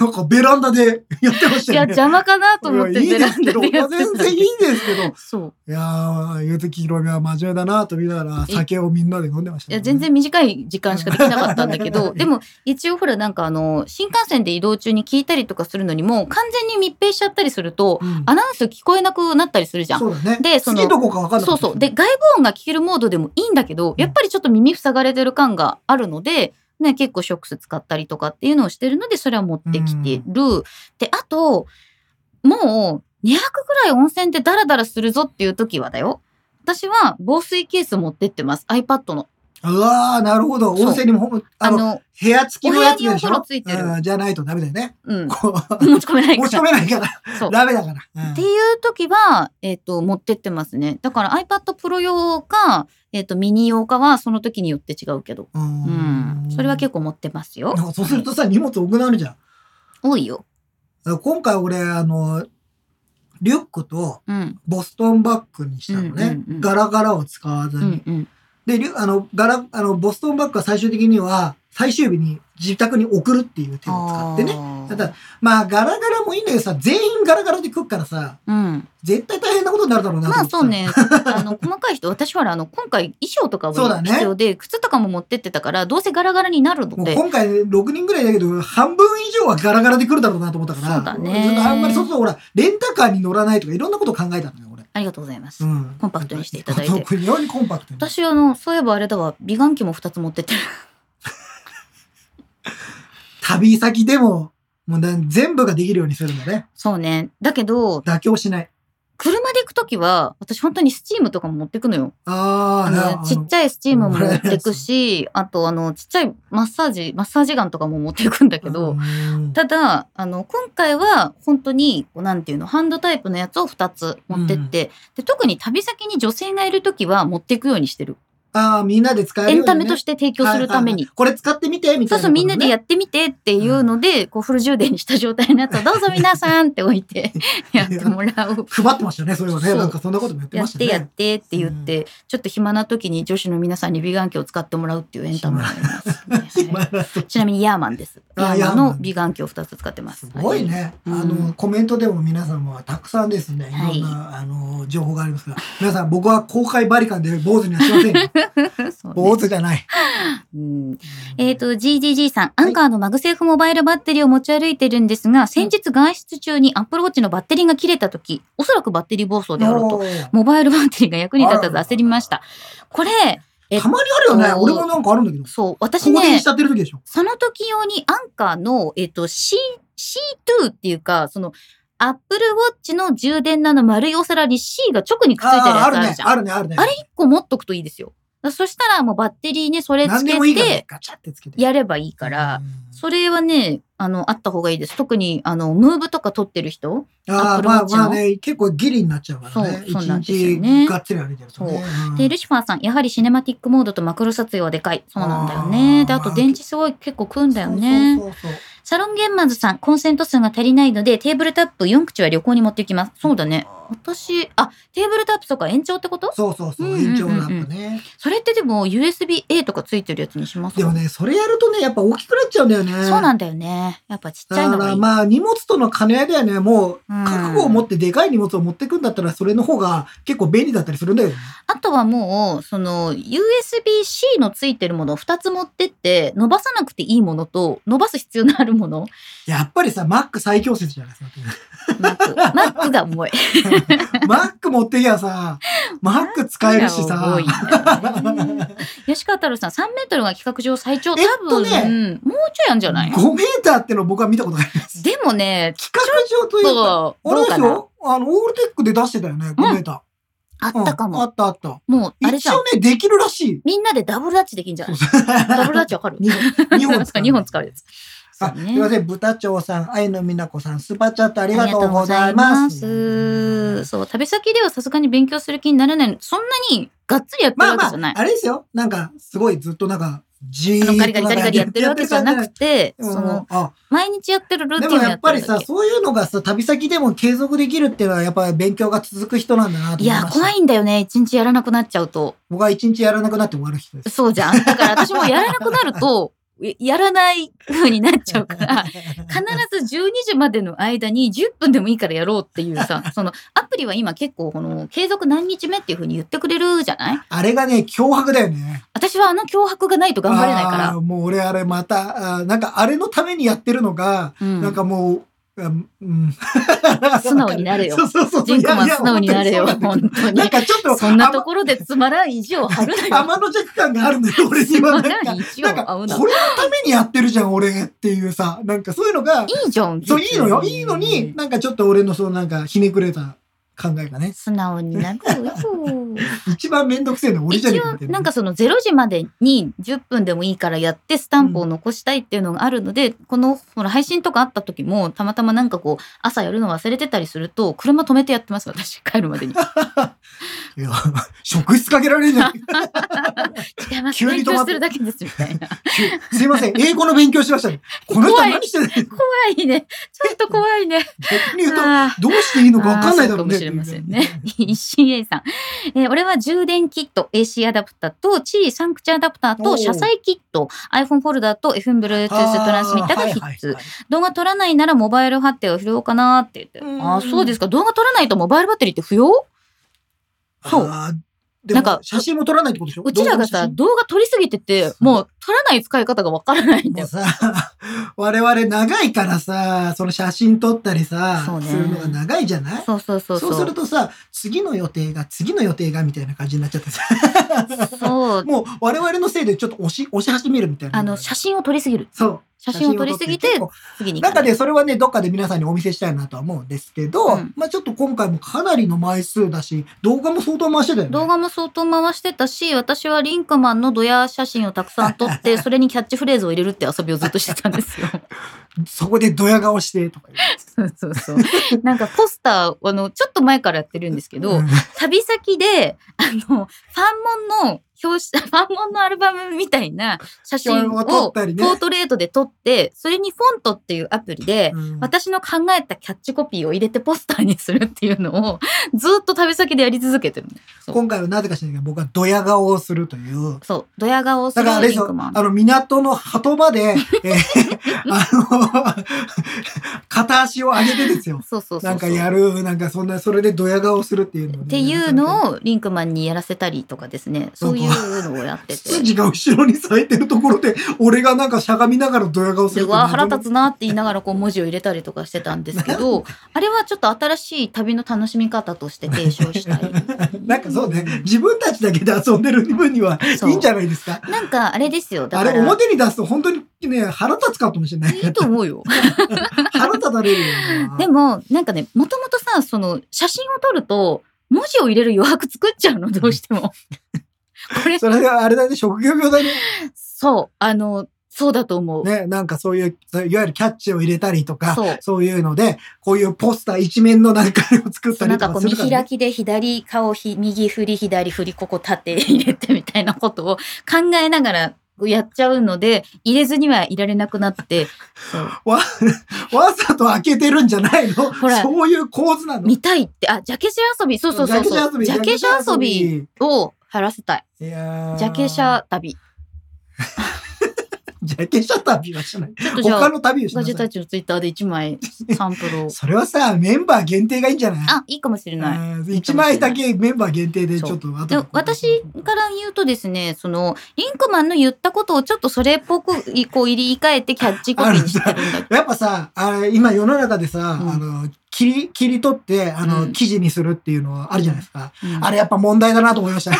A: んかベランダで (laughs) やってましたよ
B: いや、
A: ね。
B: 邪魔かなと思っ
A: い
B: て
A: やいい
B: ベ
A: で
B: ラ
A: す
B: ン
A: けど、
B: ダで
A: い
B: や
A: や
B: って
A: 全
B: た
A: 然いいですけど。
B: そう。
A: いやー、ゆずきひろみは真面目だなと見ながら、酒をみんなで飲んでました
B: い
A: ね、
B: や、全然短い時間しかできなかったんだけど、でも一応ほらなんかあの、新幹線で移動中に聞いたりとかするのにも、完全に密閉しちゃったりすると、
A: うん、
B: アナウンス聞こえなくなったりするじゃん。
A: そうだね。
B: でその
A: 次どこかわかんない。
B: そうそう。で、外部音が聞けるモードでもいいんだけど、やっぱりちょっと耳塞がれてる感があるので、ね、結構ショックス使ったりとかっていうのをしてるので、それは持ってきてる。で、あと、もう200ぐらい温泉でダラダラするぞっていう時はだよ。私は防水ケース持ってってます。iPad の。
A: うわー、なるほど。
B: そう
A: 温泉にもほぼ、あ
B: あ
A: の、
B: の、
A: 部屋付きのやつでし
B: お部屋にお風呂
A: ょ
B: ついてる
A: うんじゃないとダメだよね。
B: うん。
A: こう
B: 持ち込めない
A: 持
B: から。
A: ち込めないから。
B: そう。
A: ダメだから。うん
B: っていう時は、えっ、と、持ってってますね。だから iPad Pro 用か、えっ、と、ミニ用かはその時によって違うけど。
A: う
B: うんん。それは結構持ってますよ。
A: なんかそうするとさ、荷物多くなるじゃん。
B: 多いよ。
A: 今回俺、あの、リュックと
B: うん。
A: ボストンバッグにしたのね。
B: うんうんうん
A: ガラガラを使わず
B: う
A: に。
B: んうん。
A: で、リュあの、ガラ、あの、ボストンバッグは最終的には、最終日に自宅に送るっていう手を使ってね。
B: あー
A: ただ、まあ、ガラガラもいいんだけどさ、全員ガラガラで食うからさ、
B: うん。
A: 絶対大変なことになるだろうなと
B: ま
A: 思
B: あ
A: ってさ
B: そう。ね。あの、細かい人、私ほら、あの、今回衣装とか
A: そうだ
B: も
A: ね
B: 必要で、靴とかも持ってってたから、どうせガラガラになるの
A: もう
B: で。
A: 今回6人ぐらいだけど、半分以上はガラガラで来るだろうなと思ったから、
B: そうだね
A: ちょっとあんまりそうするとほら、レンタカーに乗らないとかいろんなこと考えたんだよ、俺。
B: ありがとうございます。
A: うん。
B: コンパクトにしていただいて
A: そう非常にコンパクトに。
B: 私、あの、そういえばあれだわ、美顔器も2つ持って (laughs) ってる。
A: 旅先でも、もうな全部ができるようにするんだね。
B: そうね。だけど、
A: 妥協しない。
B: 車で行くときは、私本当にスチームとかも持ってくのよ。
A: あ
B: あ
A: あ、な
B: のちっちゃいスチームも持ってくし、あと、あの、ちっちゃいマッサージ、マッサージガンとかも持っていくんだけど、、
A: うん
B: ただ、あの、今回は本当に、こうなんていうの、ハンドタイプのやつを2つ持ってって、で特に旅先に女性がいるときは持っていくようにしてる。
A: ああ、みんなで使える
B: エ
A: ようにね、
B: ンタメとして提供するた
A: はいは
B: め
A: い
B: に
A: はい。これ使ってみて、みたいうな、
B: そそう、みんなでや
A: っ
B: ってみてっていうので、こう、フル充電にした状態のやつを、どうぞ皆さんって置
A: (laughs)
B: いてやってもらう。
A: 配ってましたね、それはね。
B: そう
A: なんかそんなこともやって
B: や
A: ま
B: っ
A: した
B: て
A: ね。
B: やってって言って、ちょっと暇な時に女子の皆さんに美顔器を使ってもらうっていうエンタメがあ
A: (laughs)
B: ります、ね。はい
A: 今だと
B: ちなみにヤーマンです。ヤ
A: あ
B: ーマン
A: ヤーマ
B: の
A: ン
B: 美顔器を2つ使ってますす。
A: ごいね。
B: うん
A: あの、コメントでも皆様はたくさんですね。いろんな、あの、情報がありますが。皆さん、僕は公開バリカンで坊主にはしません
B: (laughs)
A: よ。 (laughs)
B: はい。そうね
A: 坊主じゃない。
B: うんえっ、と、GGG さん、アンカーのマグセーフモバイルバッテリーを持ち歩いてるんですが、先日外出中に Apple Watch のバッテリーが切れた時、おそらくバッテリー暴走であろうと、
A: おー
B: モバイルバッテリーが役に立たず焦りました。これ、え
A: たまにあるよね。
B: えっと
A: 俺もなんかあるんだけど。
B: そう、私
A: ここで
B: ね
A: しち、ゃってる時でしょ。
B: その時用にアンカーの、えっ、と、C、C2 っていうか、その、アップルウォッチの充電なの丸いお皿に C が直にくっついてるや
A: ああ
B: つあ
A: ー、ある
B: る
A: ね
B: じ。ゃん。
A: あるね、あるね。
B: あれ一個持っとくといいですよ。だからそしたらもうバッテリーね、それつ
A: 何
B: け
A: でもいいから
B: て、
A: ガチャってつけて。
B: やればいいから、
A: うん
B: それはね、あの、あった方がいいです。特に、あの、ムーブとか撮ってる人、
A: あ
B: アッ
A: あ、
B: プル
A: まあ
B: Watch の
A: まあね、結構ギリになっちゃうからね。
B: そう
A: 一
B: そうなんですよね
A: 日がっつり歩いてるとね。うん
B: で、ルシファーさん、やはりシネマティックモードとマクロ撮影はでかい。そうなんだよ
A: あ
B: ね。
A: ー
B: で、あと電池すごい結構食うんだよね。
A: そうそうそう
B: サロンゲンマズさん、コンセント数が足りないので、テーブルタップ4口は旅行に持ってきます。そうだね。私、あ、テーブルタップとか延長ってこと
A: そう。そうそうそう。
B: うんうんうんうん
A: 延長ランプね。
B: それってでも USB-A とかついてるやつにします
A: で
B: か
A: もね、それやるとね、やっぱ大きくなっちゃうんだよね。
B: そうなんだよね。やっぱちっちゃい
A: だ
B: の
A: か
B: がい
A: ら
B: い。
A: まあ荷物との兼ね合いだよね。もう
B: うん
A: 覚悟を持ってでかい荷物を持ってくんだったらそれの方が結構便利だったりするんだよね。
B: あとはもう、その USB-C のついてるものを2つ持ってって、伸ばさなくていいものと、伸ばす必要のあるもの。
A: やっぱりさ、Mac 最強説じゃないですか。
B: マ
A: (laughs)
B: ック。マックが重い。
A: Mac 持ってきゃさ、Mac 使えるしさ
B: 重。いんだよね。吉川太郎さん、3メートルが企画上最長。多
A: えっと
B: 分、
A: ね
B: うんもうちょいあんじゃない
A: 5メーターっての僕は見たことない。
B: でもね、
A: 企画上というか、
B: どう
A: あれ
B: どう
A: です
B: かな
A: よ。あの、オールテックで出してたよね、5メータ
B: あっ
A: ー。
B: たか
A: うんあ
B: も。
A: ったあった。
B: もう、あれ
A: 一
B: じゃん
A: 応。ね、できるらしい。
B: みんなでダブルダッチできんじゃないダブルダッチわ
A: (laughs)
B: かる
A: 二本
B: (laughs)
A: 二本使う
B: 2本使うやつ。そ
A: あ、
B: う
A: すいま
B: ね。
A: せん、豚長さん、愛の美奈子さん、スーパーチャットあ
B: あ
A: りがとうございます。
B: ますそう、旅先ではさすがに勉強する気になれない。そんなにがっつりやってる
A: まあ
B: わけ
A: ま
B: じゃない
A: あ、。あれですよ。なんか、すごいずっとなんか、じー
B: あ
A: っと
B: のガリガリガリガリやってるわけじゃなくて、
A: うん
B: その、
A: あ
B: 毎日やってるルーテ
A: でも
B: ィンを
A: や
B: や
A: っ
B: って
A: ぱ
B: る
A: り
B: だ
A: さ、
B: け。
A: そういうのがさ、旅先でも継続できるっていうのは、やっぱり勉強が続く人なんだなと
B: い
A: 思いました。
B: や、怖いんだよね。一日やらなくなっちゃうと。
A: 僕は一日やらなくなって終わる人です。
B: そうじゃん。だから私もやらなくなると、ややらない風になっちゃうから、必ず12時までの間に10分でもいいからやろうっていうさ、そのアプリは今結構この継続何日目っていうふうに言ってくれるじゃない
A: あれがね、脅迫だよね。
B: 私はあの脅迫がないと頑張れないか
A: あ
B: ら
A: ー。もう俺あれまた、あーなんかあれのためにやってるのが、
B: うん
A: なんかもう、うんうん、
B: 素直になれよ
A: そうそうそう。
B: ジンコマ
A: いや
B: ン
A: いや
B: 素直になれよ、
A: 本当にそうなんだけどな
B: 本当
A: ん
B: に。
A: かちょっと、
B: そんなところでつまらん意地を張るなよ。
A: 天の弱感があるんだよ、俺には。
B: つ
A: な
B: ま
A: んから
B: ん意地を
A: なん
B: 合
A: か
B: う、な
A: こ。れのためにやってるじゃん、俺っていうさ、なんかそういうのが、
B: いいじゃん。
A: そう、いいのよ。
B: 別
A: いいのに、。なんかちょっと俺のそのなんか、ひねくれた考えがね、
B: 素直になるよ。
A: 一番めんどくせえのは (laughs) 俺じゃねえ
B: 一
A: か
B: 応
A: みたいな。
B: なんかその0時までに10分でもいいからやってスタンプを残したいっていうのがあるので、このほら配信とかあった時もたまたまなんかこう朝やるの忘れてたりすると車止めてやってます私帰るまで
A: (laughs)
B: に
A: いや、職質かけられるじ
B: (laughs)
A: ゃん。
B: 違います
A: 急に止
B: 勉強
A: まっ
B: してるだけですみたいな
A: すいません、英語の勉強しましたね。この人は何してる
B: 怖いねちょっと怖いね
A: 逆に言うと、
B: あー
A: どうしていいのか分かんないだろうね。
B: あーそうかもしれませんね。一心 A さん、えー俺は充電キット、AC アダプターと、チリサンクチャアダプター
A: お
B: と、
A: ー
B: 車載キット、iPhone フォルダーと、FM ブルートゥーストランスミッターが必須。
A: はいはいはい
B: 動画撮らないならモバイル発展を拾おうかなって言って。
A: うん
B: ああ、そうですか。動画撮らないとモバイルバッテリーって不要そう
A: あーで
B: なん
A: も
B: か
A: 写真も撮らないってことでしょ
B: うちらがさ、
A: 動
B: 動画撮りすぎてて、もう撮らない使い方がわからないんだ
A: 画の
B: よ
A: 写。真もうさ、 (laughs) 我々長いからさ、その写真撮ったりさ、
B: そうね
A: するのが長いじゃない
B: そうそうそうそ
A: そうする
B: う。
A: とさ、次の予定が、次の予定がみたいな感じになっちゃってさ、
B: そう。
A: もう我々のせいでちょっと押し、押し始めるみたいな。
B: あの、写真を撮りすぎる。
A: そう。
B: 写真を撮りすぎて
A: 写真を、撮って
B: 次に行
A: な
B: か
A: ん
B: な
A: か
B: い
A: ね、それはね、どっかで皆さんにお見せしたいなとは思うんですけど、
B: うん
A: まあちょっと今回もかなりの枚数だし、動画も相当回してたよね。
B: 動画も相当回してたし、私はリンクマンのドヤ写真をたくさん
A: (laughs)
B: 撮って、それにキャッチフレーズを入れるって遊びをずっとしてたんですよ。
A: そこでドヤ顔してとか言う
B: そうそうそう。なんかポスター、あの、ちょっと前からやってるんですけど、
A: うん
B: 旅先で、あの、ファンモンの表紙、フ (laughs) ァンモンのアルバムみたいな写真
A: 表紙を撮っ
B: をポ
A: たりね
B: ートレートで撮って、それにフォントっていうアプリで、
A: うん
B: 私の考えたキャッチコピーを入れてポスターにするっていうのをずっと旅先でやり続けてるのそう
A: 今回はなぜか知らないけど、僕はドヤ顔をするという。
B: そう、ドヤ顔をす
A: だ
B: る
A: からあれで
B: リ
A: す
B: ン
A: よ
B: クマン。
A: あの、港の鳩場
B: (laughs)
A: で、えーあの、片足を上げてですよ。
B: そうそうそうそう。
A: なんかやる、なんかそんな、それでドヤ顔するっていうのをね
B: っていうのをリンクマンにやらせたりとかですね。そういうのをやってて。
A: 筋が後ろに咲いてるところで、俺がなんかしゃがみながらドヤ顔す
B: で
A: る。
B: うわ腹立つなって言いながらこう文字を入れたりとかしてたんです
A: (laughs)
B: けどあれはちょっと新しい旅の楽しみ方として提唱したい
A: なんかそうね、自分たちだけで遊んでる分には
B: そう
A: いいんじゃないですか。
B: なんかあれですよだ
A: あ
B: か
A: れ
B: ら
A: 表に出すと本当にね、腹立つかもしれない。
B: (laughs) いいと思うよ
A: 腹立たれるよな。
B: でもなんかねもともとさその写真を撮ると文字を入れる余白作っちゃうのどうしてもこれ
A: それがあれだね、職業病だね。
B: そうあのそうだと思う、
A: ね、なんかそういう、そういわゆるキャッチを入れたりとか、
B: そう
A: そういうので、こういうポスター一面のなんかを作った
B: なん
A: りと
B: か
A: か
B: こう
A: す
B: 見
A: るから、
B: 開
A: ね。
B: きで左顔ひ右振り左振りここ縦入れてみたいなことを考えながらやっちゃうので入れずにはいられなくなってそう
A: わ、わざと開けてるんじゃないの
B: (laughs) ほら
A: そういう構図なの。
B: 見たいってあジャケシャ遊びそうそうそうそうジャケシャ遊び。を減らせたい
A: いやー
B: ジャケシャ。旅
A: ジャケシャ旅はし
B: (laughs)
A: ない。
B: ちょっとじゃ
A: 他
B: あ
A: の旅をしな
B: ガジェ
A: さ
B: タッ
A: い。
B: チのツイッターで1枚サンプ (laughs) ルを
A: それはさ、メンバー限定がいいんじゃない
B: あいいかもしれない
A: うん一枚だけメンバー限定でちょっと後
B: で
A: で
B: 私から言うとですね、その、リンクマンの言ったことをちょっとそれっぽく、いこう、入り替えてキャッチコピーにしてるんだけ
A: やっぱさ、あれ、今世の中でさ、
B: うん
A: あの、切り、切り取って、あの、
B: うん
A: 記事にするっていうのはあるじゃないですか。
B: ど。うん
A: あれやっぱ問題だなと思いま
B: (laughs)
A: した。
B: だ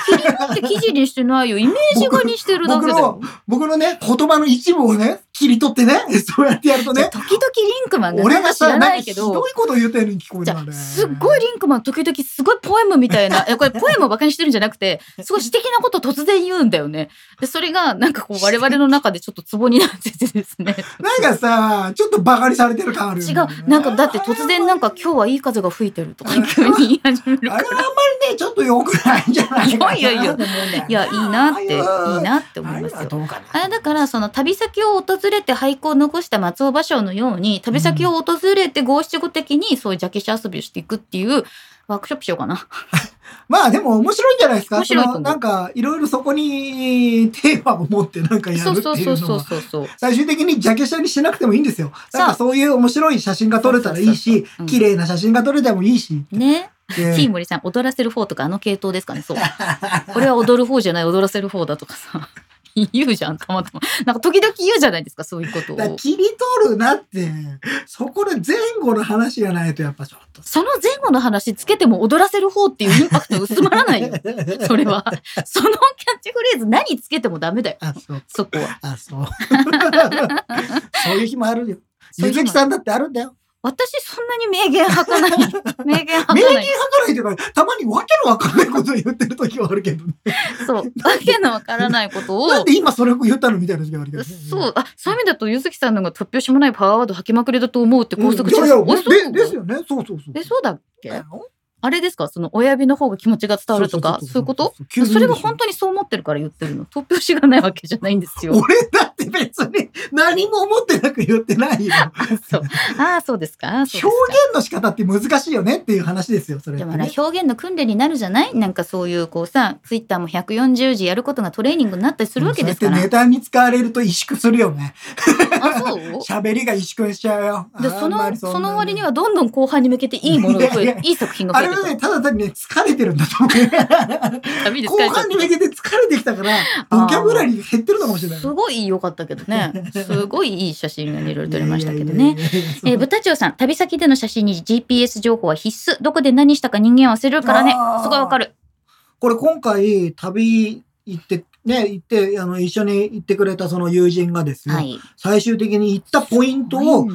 B: って記事にしてないよ。イメージ画にしてるだけだよ。
A: 僕のね、言葉の一部をね、切り取ってね、そうやってやると
B: じゃあ
A: ね、
B: 時々リンクマンが
A: 俺
B: なん
A: が
B: か知
A: さ、
B: ら
A: な
B: なん
A: か
B: い
A: ひ
B: け
A: ど
B: ど、
A: いこと言ってるに聞こえ
B: じ
A: る
B: ゃ
A: のね。
B: あすっごいリンクマン時々すごいポエムみたい
A: (laughs)
B: な、えこれポエムをバカにしてるんじゃなくて、すごい詩的なことを突然言うんだよね。で、それがなん
A: (laughs)
B: かこう我々の中でちょっとツボになっててですね。
A: なんかさ、ちょっと馬鹿にされてる感あるよ
B: 違
A: ね。
B: う。なんかだって突然なんか今日はいい風が吹いてるとか急に言い始める
A: あ
B: か
A: れはあんまりね、ちょっと良くないんじゃないかな。
B: (laughs) いやいやいや
A: と思うんだよ
B: ら。いや、いいなって、いいなって思
A: あ
B: い
A: れ
B: ます
A: は
B: よ。
A: どうかな。
B: あれだからその旅先を訪れて俳句を残した松尾芭蕉のように旅先を訪れて五七五的にそういうジャケシャ遊びをしていくっていうワークショップしようかな。
A: まあでも面白いんじゃないですか
B: 面白いと思
A: そうのなんかいろいろそこにテーマを持ってなんかや
B: そ
A: る
B: う
A: って
B: そう
A: い
B: そう
A: う
B: そ
A: の
B: う
A: は。
B: そうそう。
A: 最終的にジャケ写にしなくてもいいんですよ。
B: そう
A: なんかそういう面白い写真が撮れたらいい
B: そう
A: し
B: そうそうう、ん
A: 綺麗な写真が撮れてもいいし。
B: ね。
A: で
B: テ (laughs) ィーモリさん踊らせる方とかあの系統ですかね。そう。これは踊る方じゃない踊らせる方だとかさ。 (laughs) 言うじゃん、たまたま。なんか時々言うじゃないですか、そういうこと
A: だから
B: を。
A: 切り取るなって、そこで前後の話じゃないとやっぱちょっと。
B: その前後の話つけても踊らせる方っていうインパクト薄まらな
A: (laughs)
B: いよ。それは。そのキャッチフレーズ何つけてもダメだよ。
A: あ、そう。
B: そこは。
A: あ、そう。 (laughs) そういう日もあるよ。
B: そうい
A: ゆ
B: う日
A: ず
B: も
A: きさんだってあるんだよ。
B: 私そんなに名言吐か (laughs) ない。名言
A: 名
B: 吐
A: 言
B: かな
A: 吐
B: い。
A: かないというか、たまにわけのわかんないこと言ってる時はあるけどね。
B: そう。わけのわからないことを。
A: なんで今それを言ったのみたいな時はあるけどね。
B: そう、あ、そういう意味だと、ゆずきさんの方が突拍子もないパワーワード吐きまくりだと思うって
A: うん。
B: 高速
A: いやいや
B: おいそう
A: でですよね。そうそうそう。
B: え、そうだっ
A: だ
B: け
A: よ
B: あれですかその親指の方が気持ちが伝わるとか、そういうこと
A: 急に
B: それが本当にそう思ってるから言ってるの。突拍子がないわけじゃないんですよ。
A: 俺だって別に何も思ってなく言ってないよ。
B: そう。ああ、そうですか。あーそうです
A: 表現
B: か
A: の仕方って難しいよねっていう話ですよ、それっ
B: で
A: てね、
B: もあれ表現の訓練になるじゃないなんかそういうこうさツイッターも140字やることがトレーニングになったりするわけですか
A: そう
B: ら、
A: やってネタに使われると萎縮するよね。
B: あそう
A: 喋りが萎縮しちゃうよ。
B: で
A: あん
B: そ
A: ま
B: の
A: りん
B: そ
A: な
B: の割にはどんどん後半に向けていいものが増え
A: いや
B: る
A: いや
B: いい作品が
A: あ
B: 増え
A: れ
B: てく
A: は
B: る
A: ね、ただ単にね、疲れてるんだと思
B: (laughs)
A: う。
B: 旅で疲れ
A: 後
B: ちゃっ
A: 半に向
B: て
A: けて疲れてきたから、
B: あー
A: ボキャブラリーが減ってるのかもしれない。
B: すごい良かったけどねすごいいい写真がいろいろ撮れましたけど
A: いやい
B: ね
A: やいやいや。
B: えー、豚長さん旅先での写真に GPS 情報は必須どこで何したか人間は忘れるからね
A: あー
B: すごいわかる
A: これ今回、旅行って、ね、行って、あの、一緒に行ってくれたその友人がですね、
B: はい
A: 最終的に行ったポイントを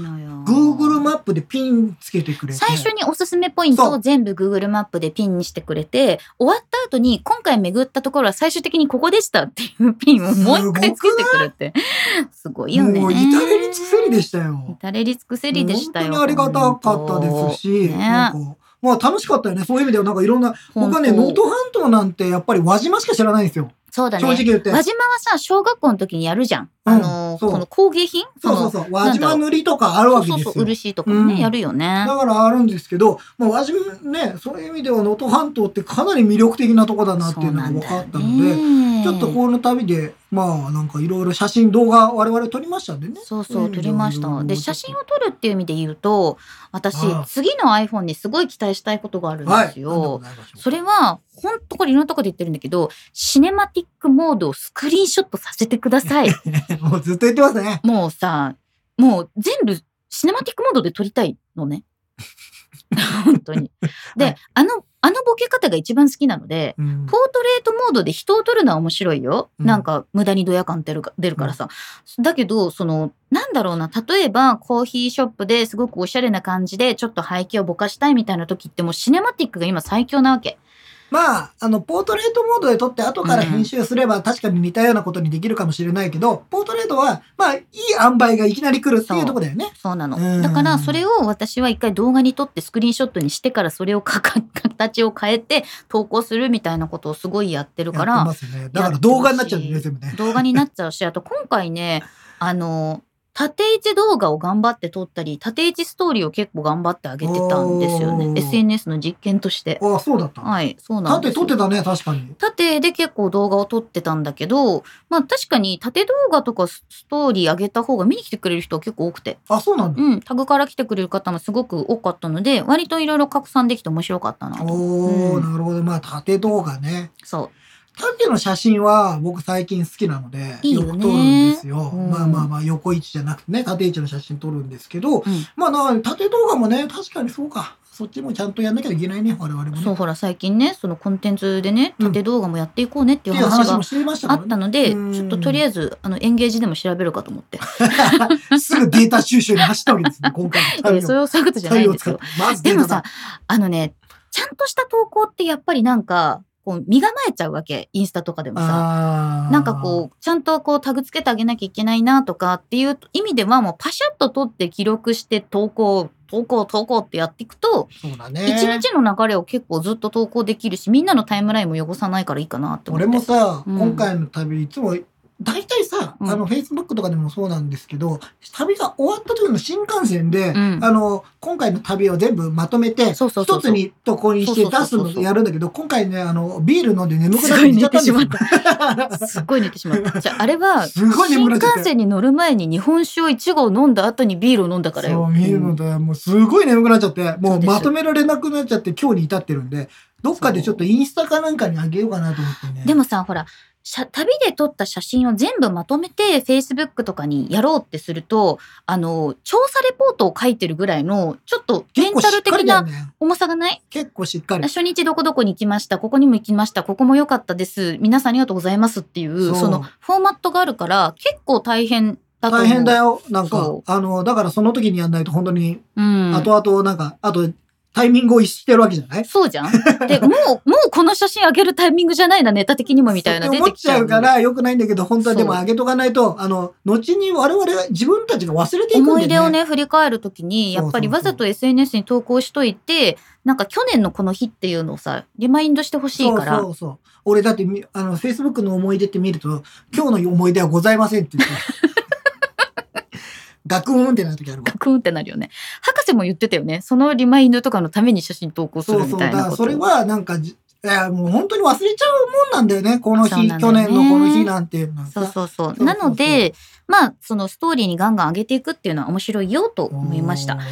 A: Google マップでピンつけてくれて。
B: 最初におすすめポイントを全部 Google マップでピンにしてくれて、終わった後に今回巡ったところは最終的にここでしたっていうピンをもう一回つけてくれて。すごいよね。
A: もう至れり尽くせりでしたよ。
B: 至れり尽くせりでしたよ。
A: 本当にありがたかったですし、
B: ね
A: なんかまあ楽しかったよね。そういう意味ではなんかいろんな、
B: 本
A: 僕
B: 当
A: はね、能登半島なんてやっぱり輪島しか知らないんですよ。
B: そうだ
A: 正直
B: ね。
A: 言って。
B: 輪島はさ、小学校の時にやるじゃん。
A: うん
B: あの、
A: そう
B: この工芸品
A: そうそう
B: そ
A: そう。輪島塗りとかある
B: の
A: わけ
B: そう
A: です
B: そ
A: よ
B: う。そう、漆とかもね、
A: うん
B: やるよね。
A: だからあるんですけど、もう輪島ね、そういう意味では能登半島ってかなり魅力的なとこだなっていうのが分かった
B: そう
A: の
B: なんだよ
A: で、
B: ね
A: ちょっとこの旅で、まあなんかいろいろ写真、動画我々撮りましたんでね。
B: そう
A: そう
B: そ
A: いうう意
B: 撮
A: 味
B: り
A: では
B: まし
A: いろい
B: た
A: ろ
B: で写真を撮るっていう意味で言うと私
A: ああ
B: 次の iPhone にすごい期待したいことがあるん
A: はい。
B: です
A: なんで
B: よ、
A: ございましょう
B: それは本当これいろんなとこで言ってるんだけどシネマティックモードをスクリーンショットさせてくださ
A: (laughs)
B: い
A: もうずっと言ってますね。
B: もうさもう全部シネマティックモードで撮りたいのね (laughs) 本当にで、
A: はい
B: あのあのボケ方が一番好きなので
A: うん
B: ポートレートモードで人を撮るのは面白いよ。
A: うん
B: なんか無駄にドヤ感出るか出るからさ。だけど、その、なんだろうな、例えばコーヒーショップですごくおしゃれな感じで、ちょっと背景をぼかしたいみたいな時って、もうシネマティックが今最強なわけ。
A: まあ、あの、ポートレートモードで撮って後から編集すれば確かに似たようなことにできるかもしれないけど、ポートレートは、まあ、いい塩梅がいきなり来るっていうとこだよね。
B: そうな
A: う
B: の。
A: ん
B: だから、それを私は一回動画に撮ってスクリーンショットにしてから、それをかか形を変えて投稿するみたいなことをすごいやってるか
A: やって
B: ら、
A: ますね。だから動画になっちゃうんだよね、
B: やって
A: 全部ね。
B: 動画になっちゃうし、あと今回ね、あの、縦位置動画を頑張って撮ったり、縦位置ストーリーを結構頑張って上げてたんですよ
A: お
B: ね。
A: ー
B: SNS の実験として。
A: ああ、そうだった。
B: はい、そうなんで
A: 縦
B: す
A: 撮
B: よ
A: ってたね、確かに。
B: 縦で結構動画を撮ってたんだけど、まあ確かに縦動画とかスストーリー上げた方が見に来てくれる人は結構多くて、
A: あ、そうなんだ。
B: うん、タグから来てくれる方もすごく多かったので、割といろいろ拡散できて面白かったなと。
A: お
B: う
A: お
B: ん
A: なるほど。まあ、縦動画ね。
B: そ
A: 縦の写真は僕最近好きなので、
B: いいよ
A: よ
B: ね
A: く撮るんですよ。
B: うん
A: まあまあまあ、横位置じゃなくてね、縦位置の写真撮るんですけど、
B: う。うん
A: まあな、縦動画もね、確かにそうか。そっちもちゃんとやんなきゃいけないね、我々もね。
B: そうほら最近ねそのコンテンツでね
A: うん
B: 縦動画もやっていこうねっていう
A: っていう
B: 話
A: 話
B: が
A: もしていましたか
B: あ
A: ら
B: った
A: ね。
B: ので
A: うん
B: ちょっととりあえずあのエンゲージでも調べるかと思
A: (laughs)
B: って、
A: すぐデータ収集に走ったわけですね、今回の
B: え
A: 旅
B: ーそう
A: を。
B: いうそういうことじゃな
A: 旅
B: いん
A: を
B: です
A: 使って
B: よ。
A: まずデ
B: で
A: ー
B: も
A: タだ
B: さ。あのねちゃんとした投稿ってやっぱりなんかこう身構えちゃうわけインスタとかでもさ。
A: あー
B: なんかこうちゃんとこうタグつけてあげなきゃいけないなとかっていう意味ではもうパシャッと撮って記録して投稿投稿投稿ってやっていくと
A: そうだ
B: 一
A: ね。
B: 日の流れを結構ずっと投稿できるしみんなのタイムラインも汚さないからいいかなって思って
A: 俺もさ、
B: うん
A: 今回の旅、いつも、大体さ、
B: うん
A: あの、Facebook とかでもそうなんですけど、旅が終わった時の新幹線で、
B: うん
A: あの、今回の旅を全部まとめて、
B: そうそうそう
A: 一
B: そう
A: つにとこにして出すのやるんだけど、今回ね、あの、ビール飲んで眠く
B: す
A: なっ
B: ご
A: て
B: い
A: 寝ちゃった
B: 寝て
A: ん
B: しまっ
A: で
B: (laughs) た。
A: す
B: す
A: よ。
B: ごい寝てしまった。じゃあ、あれは、
A: すごい
B: 新
A: 眠くなっちゃって
B: 幹線に乗る前に日本酒を1合飲んだ後にビールを飲んだからよ。
A: そう、見るので、もうすごい眠くなっちゃって、
B: そ
A: も
B: う
A: う
B: です
A: まとめられなくなっちゃって、今日に至ってるんで、どっかでちょっとインスタかなんかにあげようかなと思ってね。
B: でもさ、ほら、写旅で撮った写真を全部まとめて Facebook とかにやろうってするとあの調査レポートを書いてるぐらいのちょっとメンタル的な
A: な。
B: 重さがない
A: 結構しっかり。
B: 初日どこどこに行きましたここにも行きましたここも良かったです皆さんありがとうございますっていう
A: そう
B: そのフォーマットがあるから結構大変だと思う
A: 大変だ、よ。なんか
B: そ、
A: あの、だからその時にやんないと本当に、
B: うん、
A: 後々なんか、あとタイミングを逸してるわけじゃない
B: そうじゃんでもうもうこの写真上げるタイミングじゃないなネタ的にもみたいな
A: そう
B: 出
A: 思
B: て
A: っ
B: き
A: ちゃうか
B: の
A: ら良くないんだけど、本当はでも
B: そう
A: 上げとかないと、あの、後に我々が自分たちが忘れていくんで、ね。
B: 思い出をね振り返るときにやっぱり
A: そうそ
B: わ
A: うそう
B: ざと SNS に投稿しといてなんか去年のこの日っていうのをさリマインドしてほしいから
A: そうそうそう。俺だってみ、あの、Facebook の思い出って見ると、今日の思い出はございませんって言って。ガクーンってなる時あるもん
B: ガクンってなるよね博士も言ってたよねそのリマインドとかのために写真投稿す
A: そ
B: る
A: うそ
B: み
A: う。
B: た
A: だ
B: い
A: か
B: な
A: ら
B: こと
A: それはなんかじ、いや、もう本当に忘れちゃうもんなんだよね。この
B: そう
A: 日、
B: なんだ
A: 去
B: よね
A: 年のこの日なんていうのは
B: そう
A: さ。
B: そうそう
A: そう
B: なのでまあそのストーリーにガンガン上げていくっていうのは面白いよと思いました
A: おー。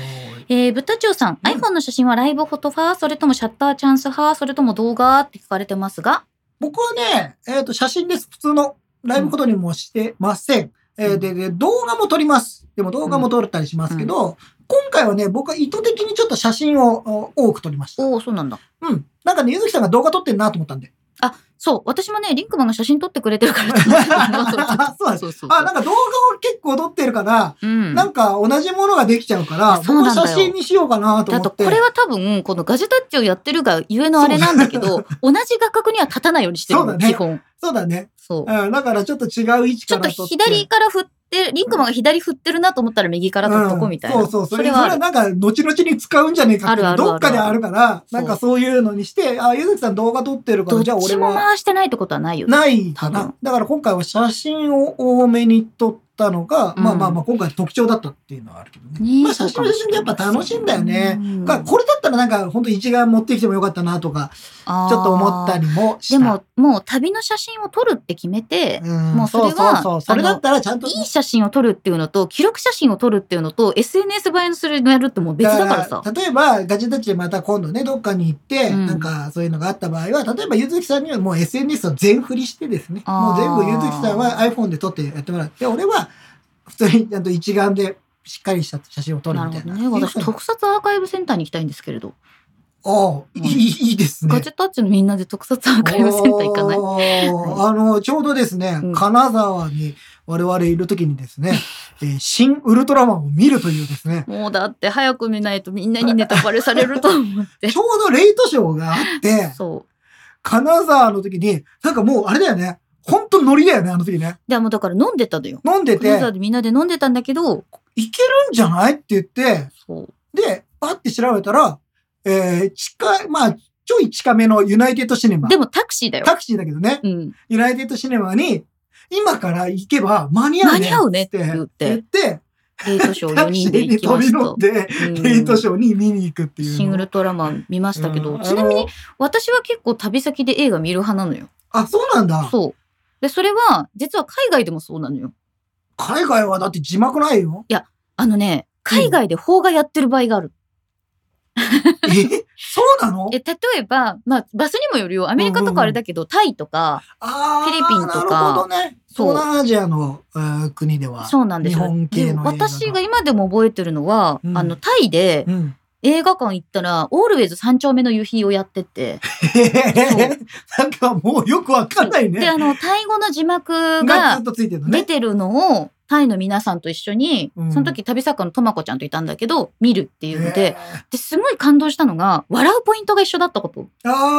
B: えー、ブッダチョウさん、
A: うん
B: iPhone の写真はライブフォト派それともシャッターチャンス派それとも動画って聞かれてますが
A: 僕はね、えっ、と、写真です。普通のライブフォトにもしてません。えーでで、動画も撮ります。でも動画も撮ったりしますけど、今回はね、僕は意図的にちょっと写真をお多く撮りました。
B: おおそうなんだ
A: うん。なんかね、ゆずきさんが動画撮ってんなと思ったん
B: (laughs)
A: で。
B: そう私もねリンクマンが写真撮ってくれてるからと思ってた
A: (laughs)
B: の
A: そうなんです
B: そうそうそう
A: あ、なんか動画を結構撮ってるから、
B: うん
A: なんか同じものができちゃうから、
B: そう
A: 僕
B: な
A: は
B: んだよ
A: 写真にしようかなと
B: だ
A: 思
B: と
A: っ
B: こ
A: て。
B: れは多分このガジェタッチをやってるがゆえのあれなんだけど (laughs) 同じ画角には立たないようにしてる
A: そう
B: の、
A: だね
B: 基本
A: そうだね。
B: そう
A: うん、だからちょっと違う位置
B: ちょ
A: か
B: っ
A: ら
B: と
A: 撮って。
B: 左から振ってリンクマンが左振ってるなと思ったら右から撮っとこうみたいな、
A: うんそうそう。それ
B: れ
A: それ
B: はあ
A: は
B: る
A: なんか、後々に使うんじゃねえかっていう
B: あるあるある
A: どっかであるから、
B: そ
A: な
B: う
A: んかそういうのにして、あ、ゆずきさん動画撮ってるか
B: ど
A: ら、
B: っ
A: じゃあ
B: ち
A: 俺
B: も
A: は
B: 回してないってことはないよね
A: ないか
B: 多分
A: な。だから今回は写真を多めに撮ったのが、
B: うん
A: まあまあまあ、今回特徴だったっていうのはあるけどね。
B: ねえ
A: まあ写真は写真でやっぱ楽しいんだよね。
B: うん
A: だからこれだったらなんか、本当一眼持ってきてもよかったなとか、
B: あー
A: ちょっと思ったりもした。
B: でも、もう旅の写真を撮るって決めて、
A: うん、
B: もうそ
A: そ
B: れは
A: うそうそう。それだったらちゃんと。
B: いい写真を撮るっていうのと、記録写真を撮るっていうのと、SNS 映えのするのやるってもう別だからさ。
A: 例えば、ガチャタッチでまた今度ね、どっかに行って、
B: うん
A: なんかそういうのがあった場合は、例えばゆずきさんにはもう SNS を全振りしてですね、も
B: あ
A: う
B: ー
A: 全部ゆずきさんは iPhone で撮ってやってもらって、俺は普通にちゃんと一眼でしっかりした写真を撮る
B: な
A: み
B: る
A: たい
B: ほど
A: な。
B: ね。私、特撮アーカイブセンターに行きたいんですけれど、
A: お
B: うん
A: いい、いいですね。
B: ガジェタッチのみんなで特撮アーカイブセンター行かない。
A: おーあの、ちょうどですね、
B: うん
A: 金沢に我々いる時にですね、えー新ウルトラマンを見るというですね、
B: もうだって早く見ないとみんなにネタバレされると思
A: (laughs)
B: って
A: ち。ょうどレイトショーがあって、
B: そう。
A: 金沢の時に、なんかもうあれだよね。ほんとノリだよね、あの時ね。
B: でもうだから飲んでたのよ。
A: 飲んでて、
B: 金
A: いけ
B: 沢
A: るん
B: でみんなで飲んでたんだけど、
A: じゃないって言って、
B: そう。
A: で、パッて調べたら、えー、近い、まあ、ちょい近めのユナイテッドシネマ
B: で。もタクシーだよ。
A: タクシーだけどね、
B: うん。
A: ユナイテッドシネマに、今から行けば間に合
B: 間
A: うね。
B: に合うねって
A: つ
B: 言っ、
A: 言ってて、
B: デートショー
A: タ
B: 4
A: クシ
B: 人
A: ー
B: で行
A: に
B: きま
A: 飛び
B: し。
A: 乗ったて、
B: うん
A: レイトショーに見に行くっていうの。
B: シン・ウルトラマン見ましたけど、
A: うん
B: ちなみ
A: あ
B: に
A: の
B: 私は結構旅先で映画見る派なのよ。
A: あ、そうなんだ。
B: そう。で、それは実は海外でもそうなのよ。
A: 海外はだって字幕ないよ。
B: あのね、海外で邦画やってる場合がある。
A: えそうな
B: (laughs)
A: の
B: え、例えば、まあ、場所にもよるよ。アメリカとかあれだけど、タイとか、
A: あー
B: フィリピンとか
A: なるほどね。
B: そう
A: 東南アジアの、えー国では。
B: そうなんですよ。
A: 日本系の映画が
B: で私が今でも覚えてるのは、
A: うん
B: あの、タイで
A: うん。
B: 映画館行ったら、オールウェイズ三丁目の夕日をやってて、
A: へへへへ (laughs) なんかもうよくわかんない
B: で、
A: ね。
B: あの、タイ語の字幕
A: が
B: が
A: ずっとついてるの
B: 出
A: ね。
B: てるのを、タイの皆さんと一緒に、
A: うん
B: その時旅作家のとまこちゃんといたんだけど、見るっていうので、
A: へー
B: ですごい感動したのが笑うポイントが一緒だったこと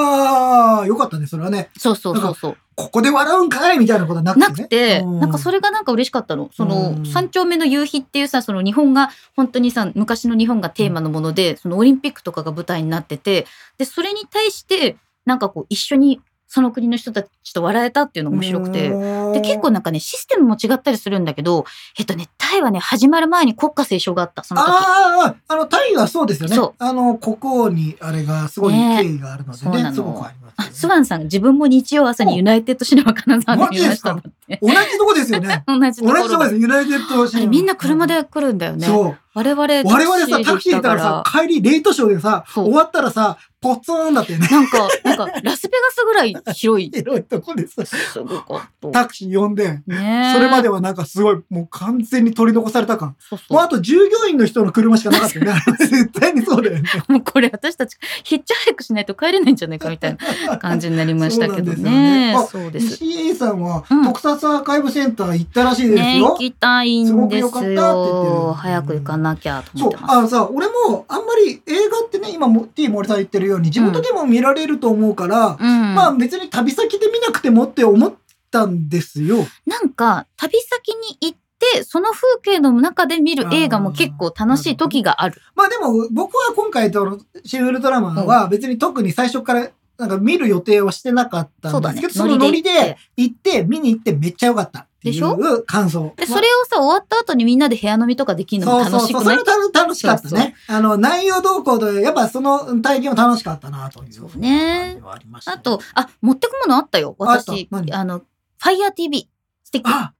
A: ああ、よかったね、それはね。
B: そうそうそうそう
A: ここで笑うんかいみたいなことはなくてね。
B: なくて、
A: う
B: なんかそれがなんか嬉しかったのその、
A: うん
B: 三丁目の夕日っていうさその日本が本当にさ昔の日本がテーマのもので、そのオリンピックとかが舞台になっててでそれに対してなんかこう一緒にその国の人たちと笑えたっていうのが面白くて。で結構なんかねシステムも違ったりするんだけどえっとねタイはね始まる前に国家斉唱があったその時
A: あーあー、あの、タイはそうですよね
B: そう。
A: あの、国王に、あれが、すごい
B: ね
A: 敬意があるので
B: そうな
A: ね、
B: の
A: すごくあります
B: あ
A: よね。
B: スワンさん自分も日曜朝にユナイテッドシネマ金沢で見ましたんだって
A: 同じとこですよね
B: (laughs) 。同じと
A: 同
B: こ
A: じ
B: ろ
A: とこです。ユナイテッドシネ
B: あれ
A: マ
B: みんな車で来るんだよね。
A: そう。
B: 我々
A: 我
B: タ
A: 々さ、タクシーでいたらさ、帰りレイトショーでさ、
B: そう
A: 終わったらさ、ポツンだってね。 (laughs)
B: なんか、なんか、ラスベガスぐらい広い。
A: 広いとこです。
B: すごかった。
A: タクシー呼んで、
B: ね
A: それまで
B: は。
A: はなんかすごい、もう完全に取り残された感。
B: そうそう
A: もうあと従業員の人の車しかなかったよ
B: (laughs)
A: ね。あれ絶対にそうだよね。
B: もうこれ私たち、ヒッチハイクしないと帰れないんじゃないかみたいな感じになりましたけどね。そうです。
A: 石井 A さんは
B: うん
A: 特撮アーカイブセンター行ったらしいです
B: ね、
A: よ。
B: 行きたいんです
A: すごく良かったって言ってる
B: よ。早く行かなきゃと思
A: そ
B: っ
A: う
B: てます。
A: あのさ俺もあんまり映画ってね今も T 森さん言ってるように地元でも見られると思うから、
B: うん、
A: まあ別に旅先で見なくてもって思ったんですよ。
B: なんか旅先に行ってその風景の中で見る映画も結構楽しい時がある。
A: まあでも僕は今回とシン・ウルトラマンは別に特に最初からなんか見る予定をしてなかった
B: そ
A: んで
B: うだ
A: す
B: ね
A: けど、そのノリ
B: ノリで
A: で行って見に行ってめっちゃ良かったってい
B: でしょ
A: う感想。
B: でそれをさ終わった後にみんなで部屋飲みとかできるのも楽し
A: そうそうそうそ
B: くな
A: れ
B: い
A: は楽楽しかったね。あの、内容動向と、やっぱその体験は楽しかったなという。
B: そうね。
A: ありましたね
B: あと、あ持ってくものあったよ
A: あっ
B: 私
A: た何
B: あの FireTV スティック。
A: あ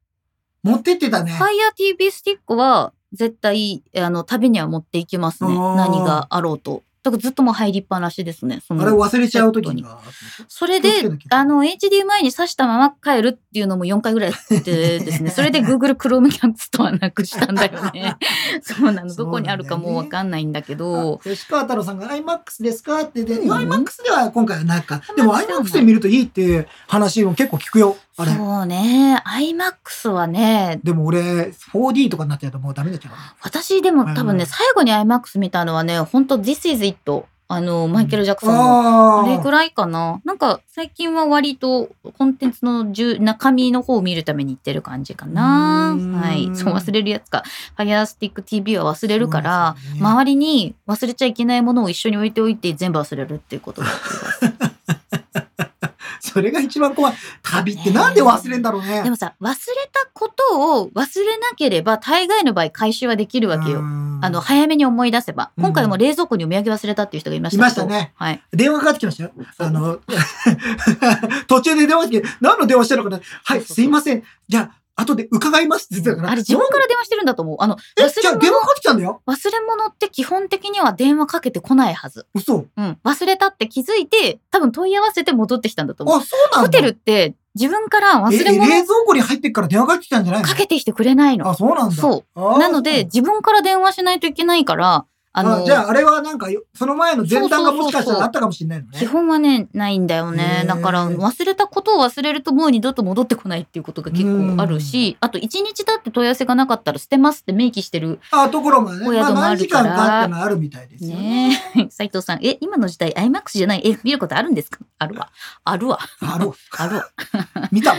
A: 持ってってたね。
B: FireTV スティックは絶対あの旅には持っていきますね
A: あー
B: 何があろうと。だからずっともう入りっぱなしですね。そ
A: あ
B: の
A: れ忘れちゃうときには。
B: それ
A: 気をつけ
B: で
A: なき、ゃ
B: あの、HD 前に挿したまま帰るっていうのも4回ぐらいやってですね、それで Google Chromecast とはなくしたんだよ
A: (laughs)
B: ね。そうなの、どこにあるかもうわかんないんだけど、
A: あ吉川太郎さんが iMAX ですかって言って、
B: うん
A: iMAX では今回はなんか、でも
B: iMax ではない
A: iMAX で見るといいっていう話も結構聞くよ。あれ。
B: そうね、iMAX はね、
A: でも俺、4D とかになっちゃうともうダメだっちゃうから。
B: 私でも多分
A: う
B: ね、
A: ん
B: 最後に iMAX 見たのはね、本当 This is it。あの、マイケル・ジャクソンの。
A: あ
B: あ
A: ー
B: れぐらいかななんか最近は割とコンテンツの重中身の方を見るために行ってる感じかな
A: うーん
B: はいそう忘れるやつか FirestickTV は忘れるから、
A: そうですね
B: 周りに忘れちゃいけないものを一緒に置いておいて全部忘れるっていうことだと思います
A: それが一番怖い。旅ってなんで忘れんだろうね。
B: でもさ忘れたことを忘れなければ大概の場合回収はできるわけよ、
A: うん
B: あの早めに思い出せば
A: うん
B: 今回も冷蔵庫にお土産忘れたっていう人がいました
A: いましたね
B: はい
A: 電話かかってきましたよ。あの、 (laughs) 途中で電話してきて、何の電話してるのかなはい、
B: そうそうそう
A: すいません。じゃあ、後で伺いますって言ってたから。
B: あれ自分から電話してるんだと思うあの忘
A: え、
B: れ
A: じゃあ
B: 物
A: 電話かかってきたんだよ。
B: 忘れ物って基本的には電話かけてこないはず。
A: 嘘。
B: うん。忘れたって気づいて、多分問い合わせて戻ってきたんだと思う。
A: あ、そうなんだ。
B: ホテルって自分から忘
A: え
B: れ
A: え冷
B: 物
A: 蔵庫に入ってっから電話かかってきたんじゃないの
B: かけてきてくれないの。
A: あ、そうなんだ。。
B: そうなので、、自分から電話しないといけないから、あ
A: あ
B: の、
A: じゃあ、あれはなんかよ、その前の前段がもしかしたらあったかもしれないの
B: 基
A: ね。
B: 本はね、ないんだよね
A: へ。ー
B: だから、忘れたことを忘れるともう二度と戻ってこないっていうことが結構あるし、あと一日だって問い合わせがなかったら捨てますって明記してる。
A: あ、ところもね、
B: お
A: ま
B: 宿
A: あ
B: もあ
A: 何時
B: るか
A: 間
B: ら
A: かってのはあるみたいですよね。
B: ねえ。 (laughs) 斉藤さん、え、今の時代 IMAX じゃないえ、見ることあるんですかあるわ。あるわ。
A: あろ
B: ある (laughs) わ。
A: う。見た。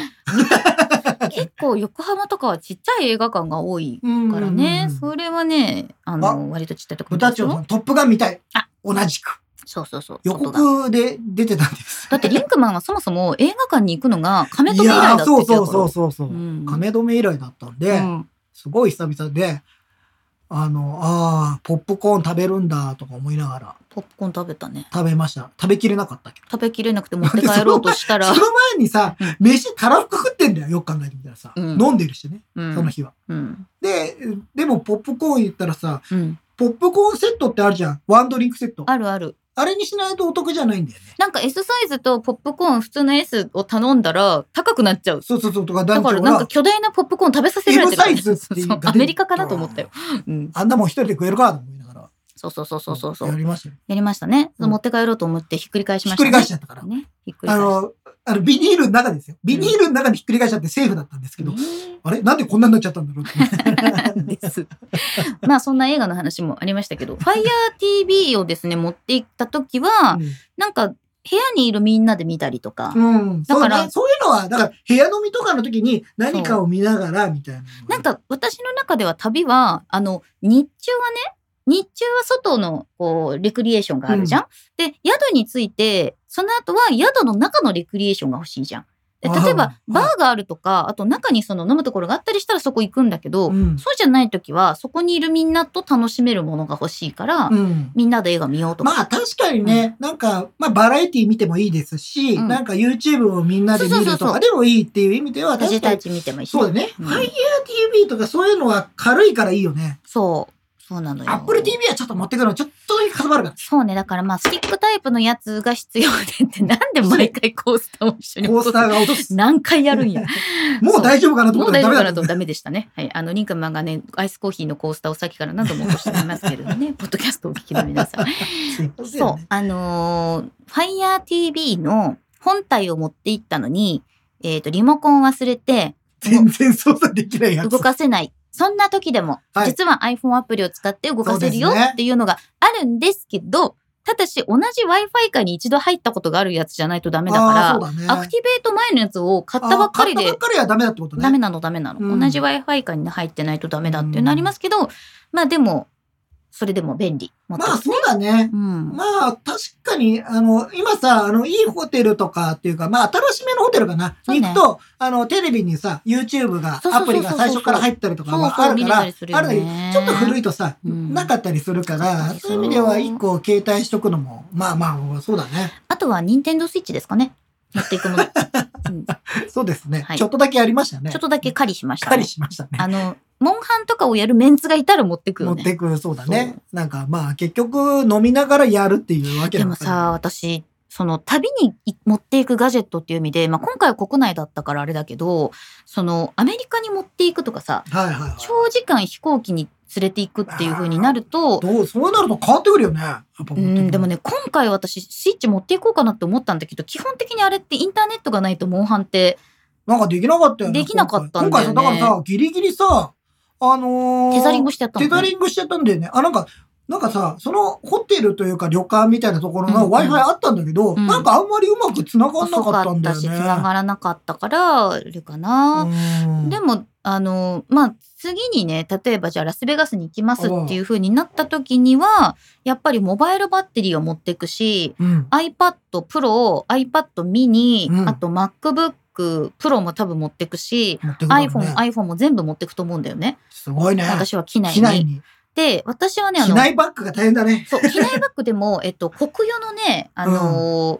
B: 結構横浜とかはちっちゃい映画館が多い
A: うん
B: からね、それはね、あの、
A: あ
B: 割とちっちゃいところ
A: 歌長さん、トップガン見たい。
B: あ
A: 同じく。
B: そうそうそう。
A: 予
B: 外が
A: 告で出てたんです。
B: だってリンクマンはそもそも映画館に行くのが亀止
A: い
B: め以来だ
A: やー
B: って
A: そ
B: 言
A: う
B: ってた
A: そう
B: から。
A: そうそうそう、
B: うん
A: 亀止め以来だったんで、
B: うん
A: すごい久々で、あの、ああ、ポップコーン食べるんだとか思いながら
B: ポップコーン食べたね。
A: 食べました。食べきれなかったけど。
B: 食べきれなくて持って帰ろうとした (laughs) ら
A: そ、の前にさ、飯たらふく食ってんだよ。よく考えてみたらさ、
B: うん
A: 飲んでるしね、
B: う
A: その
B: ん。
A: 日は。
B: うん。
A: で、でもポップコーン言ったらさ、
B: うん。
A: ポップコーンセットってあるじゃん。ワンドリンクセット。あ
B: あるある。
A: れにしないとお得じゃないんだよね。
B: なんか S サイズとポップコーン普通の S を頼んだら高くなっちゃう。
A: そうそうそうとか、
B: だ
A: 団
B: から
A: 長
B: なんか
A: が
B: 巨大なポップコーン食べさせられ
A: M
B: てるか
A: サ
B: ら
A: イ
B: ね。
A: ズって
B: そ
A: いう
B: うアメリカかなと思ったよ。。うん。
A: あんなもん一人で食えるかと思いながら。
B: そうそうそうそうそうそう
A: や。りましたよ。
B: やりましたね。
A: うん
B: 持って帰ろうと思ってひっくり返し
A: ひっ
B: ました、
A: く
B: ね。
A: り返しちゃったから。
B: ね。ひっくり
A: あ
B: 返し
A: の、あの、ビニールの中ですよ。ビニールの中にひっくり返しちゃってセーフだったんですけど、
B: ね
A: あれなんでこんなになっちゃったんだろうって
B: (laughs) です。まあそんな映画の話もありましたけ
A: (laughs)
B: ど、FireTV をですね、持っていった時は、なんか部屋にいるみんなで見たりとか、
A: うん。うん。
B: だ
A: そう
B: か
A: ね
B: ら。
A: そういうのは、だから部屋飲みとかの時に何かを見ながらみたいな。
B: なん、か私の中では旅は、あの、日中はね、日中は外のこうレクリエーションがあるじゃん、で、宿について、その後は宿の中のレクリエーションが欲しいじゃん。で例えば、
A: あー
B: バーがあるとか、あと中にその飲むところがあったりしたらそこ行くんだけど、
A: うん。
B: そうじゃない時はそこにいるみんなと楽しめるものが欲しいから、
A: うん。
B: みんなで映画見ようとか。
A: まあ確かにね、なんか、まあバラエティ見てもいいですし、
B: うん
A: なんか YouTube をみんなで見
B: そうそ
A: る
B: うそ
A: と
B: うそ
A: か
B: う
A: でもいいっていう意味では、確
B: 私
A: か
B: た
A: に。
B: ち見てもいいし。
A: そうだね。
B: うん
A: ハイヤー TV とかそういうのは軽いからいいよね。
B: そう。そうなのよ。
A: Apple TV はちょっと持ってくるのちょっとだけかさばるか
B: そうね。だからまあ、スティックタイプのやつが必要でって、なんで毎回コースターを一緒に
A: ら。コースターが落とす。
B: 何回やるんや。
A: (laughs) もう大丈夫かなと
B: も
A: 思っ
B: う
A: たらダメ
B: 大丈夫か
A: だ
B: な
A: った
B: とダメでしたね。はい。あの、リンクマンがね、アイスコーヒーのコースターをさっきから何度も起こしていますけれど
A: (laughs)
B: ね、ポッドキャストをお聞きの皆さん。
A: すいません
B: そう。あのー、FireTV の本体を持って行ったのに、えっ、と、リモコン忘れて、
A: 全然操作できないやつ。
B: 動かせない。そんな時でも、
A: はい
B: 実は iPhone アプリを使って動かせるよ
A: そうですね
B: っていうのがあるんですけど、ただし同じ Wi-Fi 界に一度入ったことがあるやつじゃないとダメだ
A: あ
B: か
A: ーそうだね
B: ら、アクティベート前のやつを買ったばっかり
A: あ買
B: で
A: ったばっかりはダメだってことね。
B: ダメなのダメなの。
A: うん
B: 同じ Wi-Fi 間に入ってないとダメだっていうのありますけど、まあでも、それでも便利。持って
A: まあ
B: ます
A: そうだね。
B: うん。
A: まあ確かに、あの、今さ、あの、いいホテルとかっていうか、まあ新しめのホテルかな。
B: そうね
A: に行くと、あの、テレビにさ、YouTube が、
B: そうそうそうそう
A: アプリが最初から入ったりとか
B: そう
A: は
B: そ
A: あ
B: う、
A: る
B: 見れ
A: から、
B: た
A: あ
B: り
A: る
B: するよ
A: のに
B: ね。
A: ちょっと古いとさ、
B: うん
A: なかったりするから、そういう意味では一個携帯しとくのも、まあまあ、そうだね。
B: あとは Nintendo Switch ですかね。持って
A: (laughs)
B: いくもの。うんち
A: そうですね。
B: はい
A: ちょっとだけやりましたね。
B: ょっとだけ狩りしました、ね。
A: 狩りしましたね。
B: あの、モンハンとかをやるメンツがいたら持ってく
A: 持
B: よ
A: っ
B: ね。
A: てくる、そうだね。なんかまあ結局飲みながらやるっていうわけ
B: で
A: だ
B: も
A: から。
B: さ、私、その旅に持っていくガジェットっていう意味で、まあ、今回は国内だったからあれだけど、そのアメリカに持っていくとかさ、
A: はいはいはい。
B: 長時間飛行機に連れていくっていう風になると、
A: どうそうなると変わってくるよね。やっぱ
B: うん、でもね、今回私、スイッチ持っていこうかなって思ったんだけど、基本的にあれってインターネットがないとモンハンって、
A: なんかできなかったよね。
B: できなかったんだよね
A: 今回さ、だからさ、ギリギリさ、あのー
B: テザリングしてやったの、
A: テザリングしちゃったんだよね。あ、なんか、なんかさ、そのホテルというか旅館みたいなところ
B: う
A: の
B: んうん
A: Wi-Fi あったんだけど、
B: うん
A: なんかあんまりうまく繋がんなかったんだよ
B: 遅
A: ね。
B: し、繋がらなかったから、あれかな。
A: うん
B: でもあのまあ次にね例えばじゃあラスベガスに行きますっていう風になった時にはやっぱりモバイルバッテリーを持っていくし
A: うん。
B: iPad Pro、iPad mini、
A: うん
B: あと MacBook Pro も多分持っていくし、
A: 持ってくるよ
B: iPhone、
A: ね
B: iPhone も全部持っていくと思うんだよね。
A: すごいね。
B: 私は機内
A: 機
B: に。
A: 内に。
B: で、私はね、あ
A: 機
B: の、
A: 内バッグが大変だね。
B: そう、機内バッグでも、えっと、国用のね、あの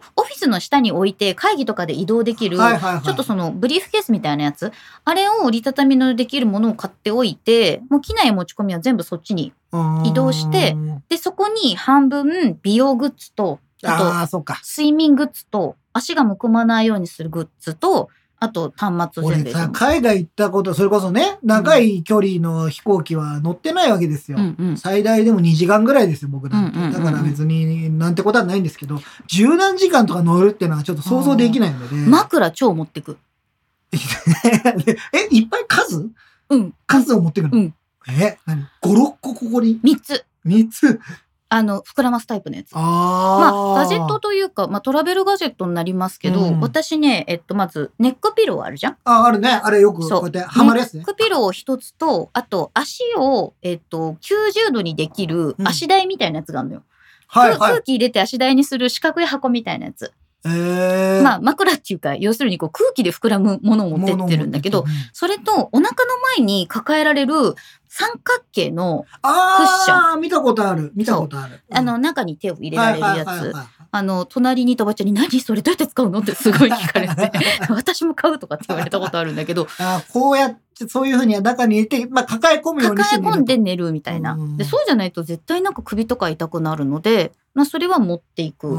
B: ーオフィスの下に置いて会議とかで移動できる、
A: はいはいはい。
B: ちょっとそのブリーフケースみたいなやつ、あれを折りたたみのできるものを買っておいて、もう機内持ち込みは全部そっちに。
A: うん
B: 移動して、で、そこに半分美容グッズと、
A: あ
B: あ
A: あ、そうか
B: と。睡眠グッズと、足がむくまないようにするグッズと、あと端末を全部
A: 俺
B: 入れて
A: さ、
B: ます
A: 海外行ったこと、それこそね、長い距離の飛行機は乗ってないわけですよ。
B: うんうん。
A: 最大でも2時間ぐらいですよ、僕なんて。
B: うんうんうんうん
A: だから別になんてことはないんですけど、十何時間とか乗るっていうのはちょっと想像できないので。
B: 枕超持ってく。
A: (laughs) え、いっぱい数
B: うん。
A: 数を持ってくるの、
B: うん
A: え、何 ?5、6個ここに
B: 3つ。
A: 3つ。
B: あの、膨らますタイプのやつ。ま
A: あー。
B: あ、ガジェットというか、まあ、トラベルガジェットになりますけど、
A: うん
B: 私ね、えっと、まず、ネックピローあるじゃん
A: あ、あるね。あれよくこうやってハマるやつ
B: ネ
A: ね
B: ッ。クピロー一つと、あと足を、えっと、90度にできる
A: うん
B: 足台みたいなやつがあるのよ。
A: はい
B: 空
A: はい
B: 空。気入れて足台にする四角い箱みたいなやつ。
A: えー。
B: まあ枕っていうか、要するにこう空気で膨らむものを持ってってるんだけど
A: 物を、持ってって。
B: それとお腹の前に抱えられる三角形の、
A: あー
B: クッショ
A: 見たことある。見たことある。
B: あの中に手を入れられるや
A: はいはいはい
B: つ。
A: はい
B: あの、隣にいたおばちゃんに何それどうやって使うのってすごい聞かれ
A: (laughs)
B: て、私も買うとかって言われたことあるんだけど、
A: あーこうやって、そういうふうに中に入れて、まあ、抱え込むようにして
B: 抱え
A: みると
B: 込んで寝るみたいな、
A: うん
B: でそうじゃないと絶対なんか首とか痛くなるので、まあ、それは持っていく、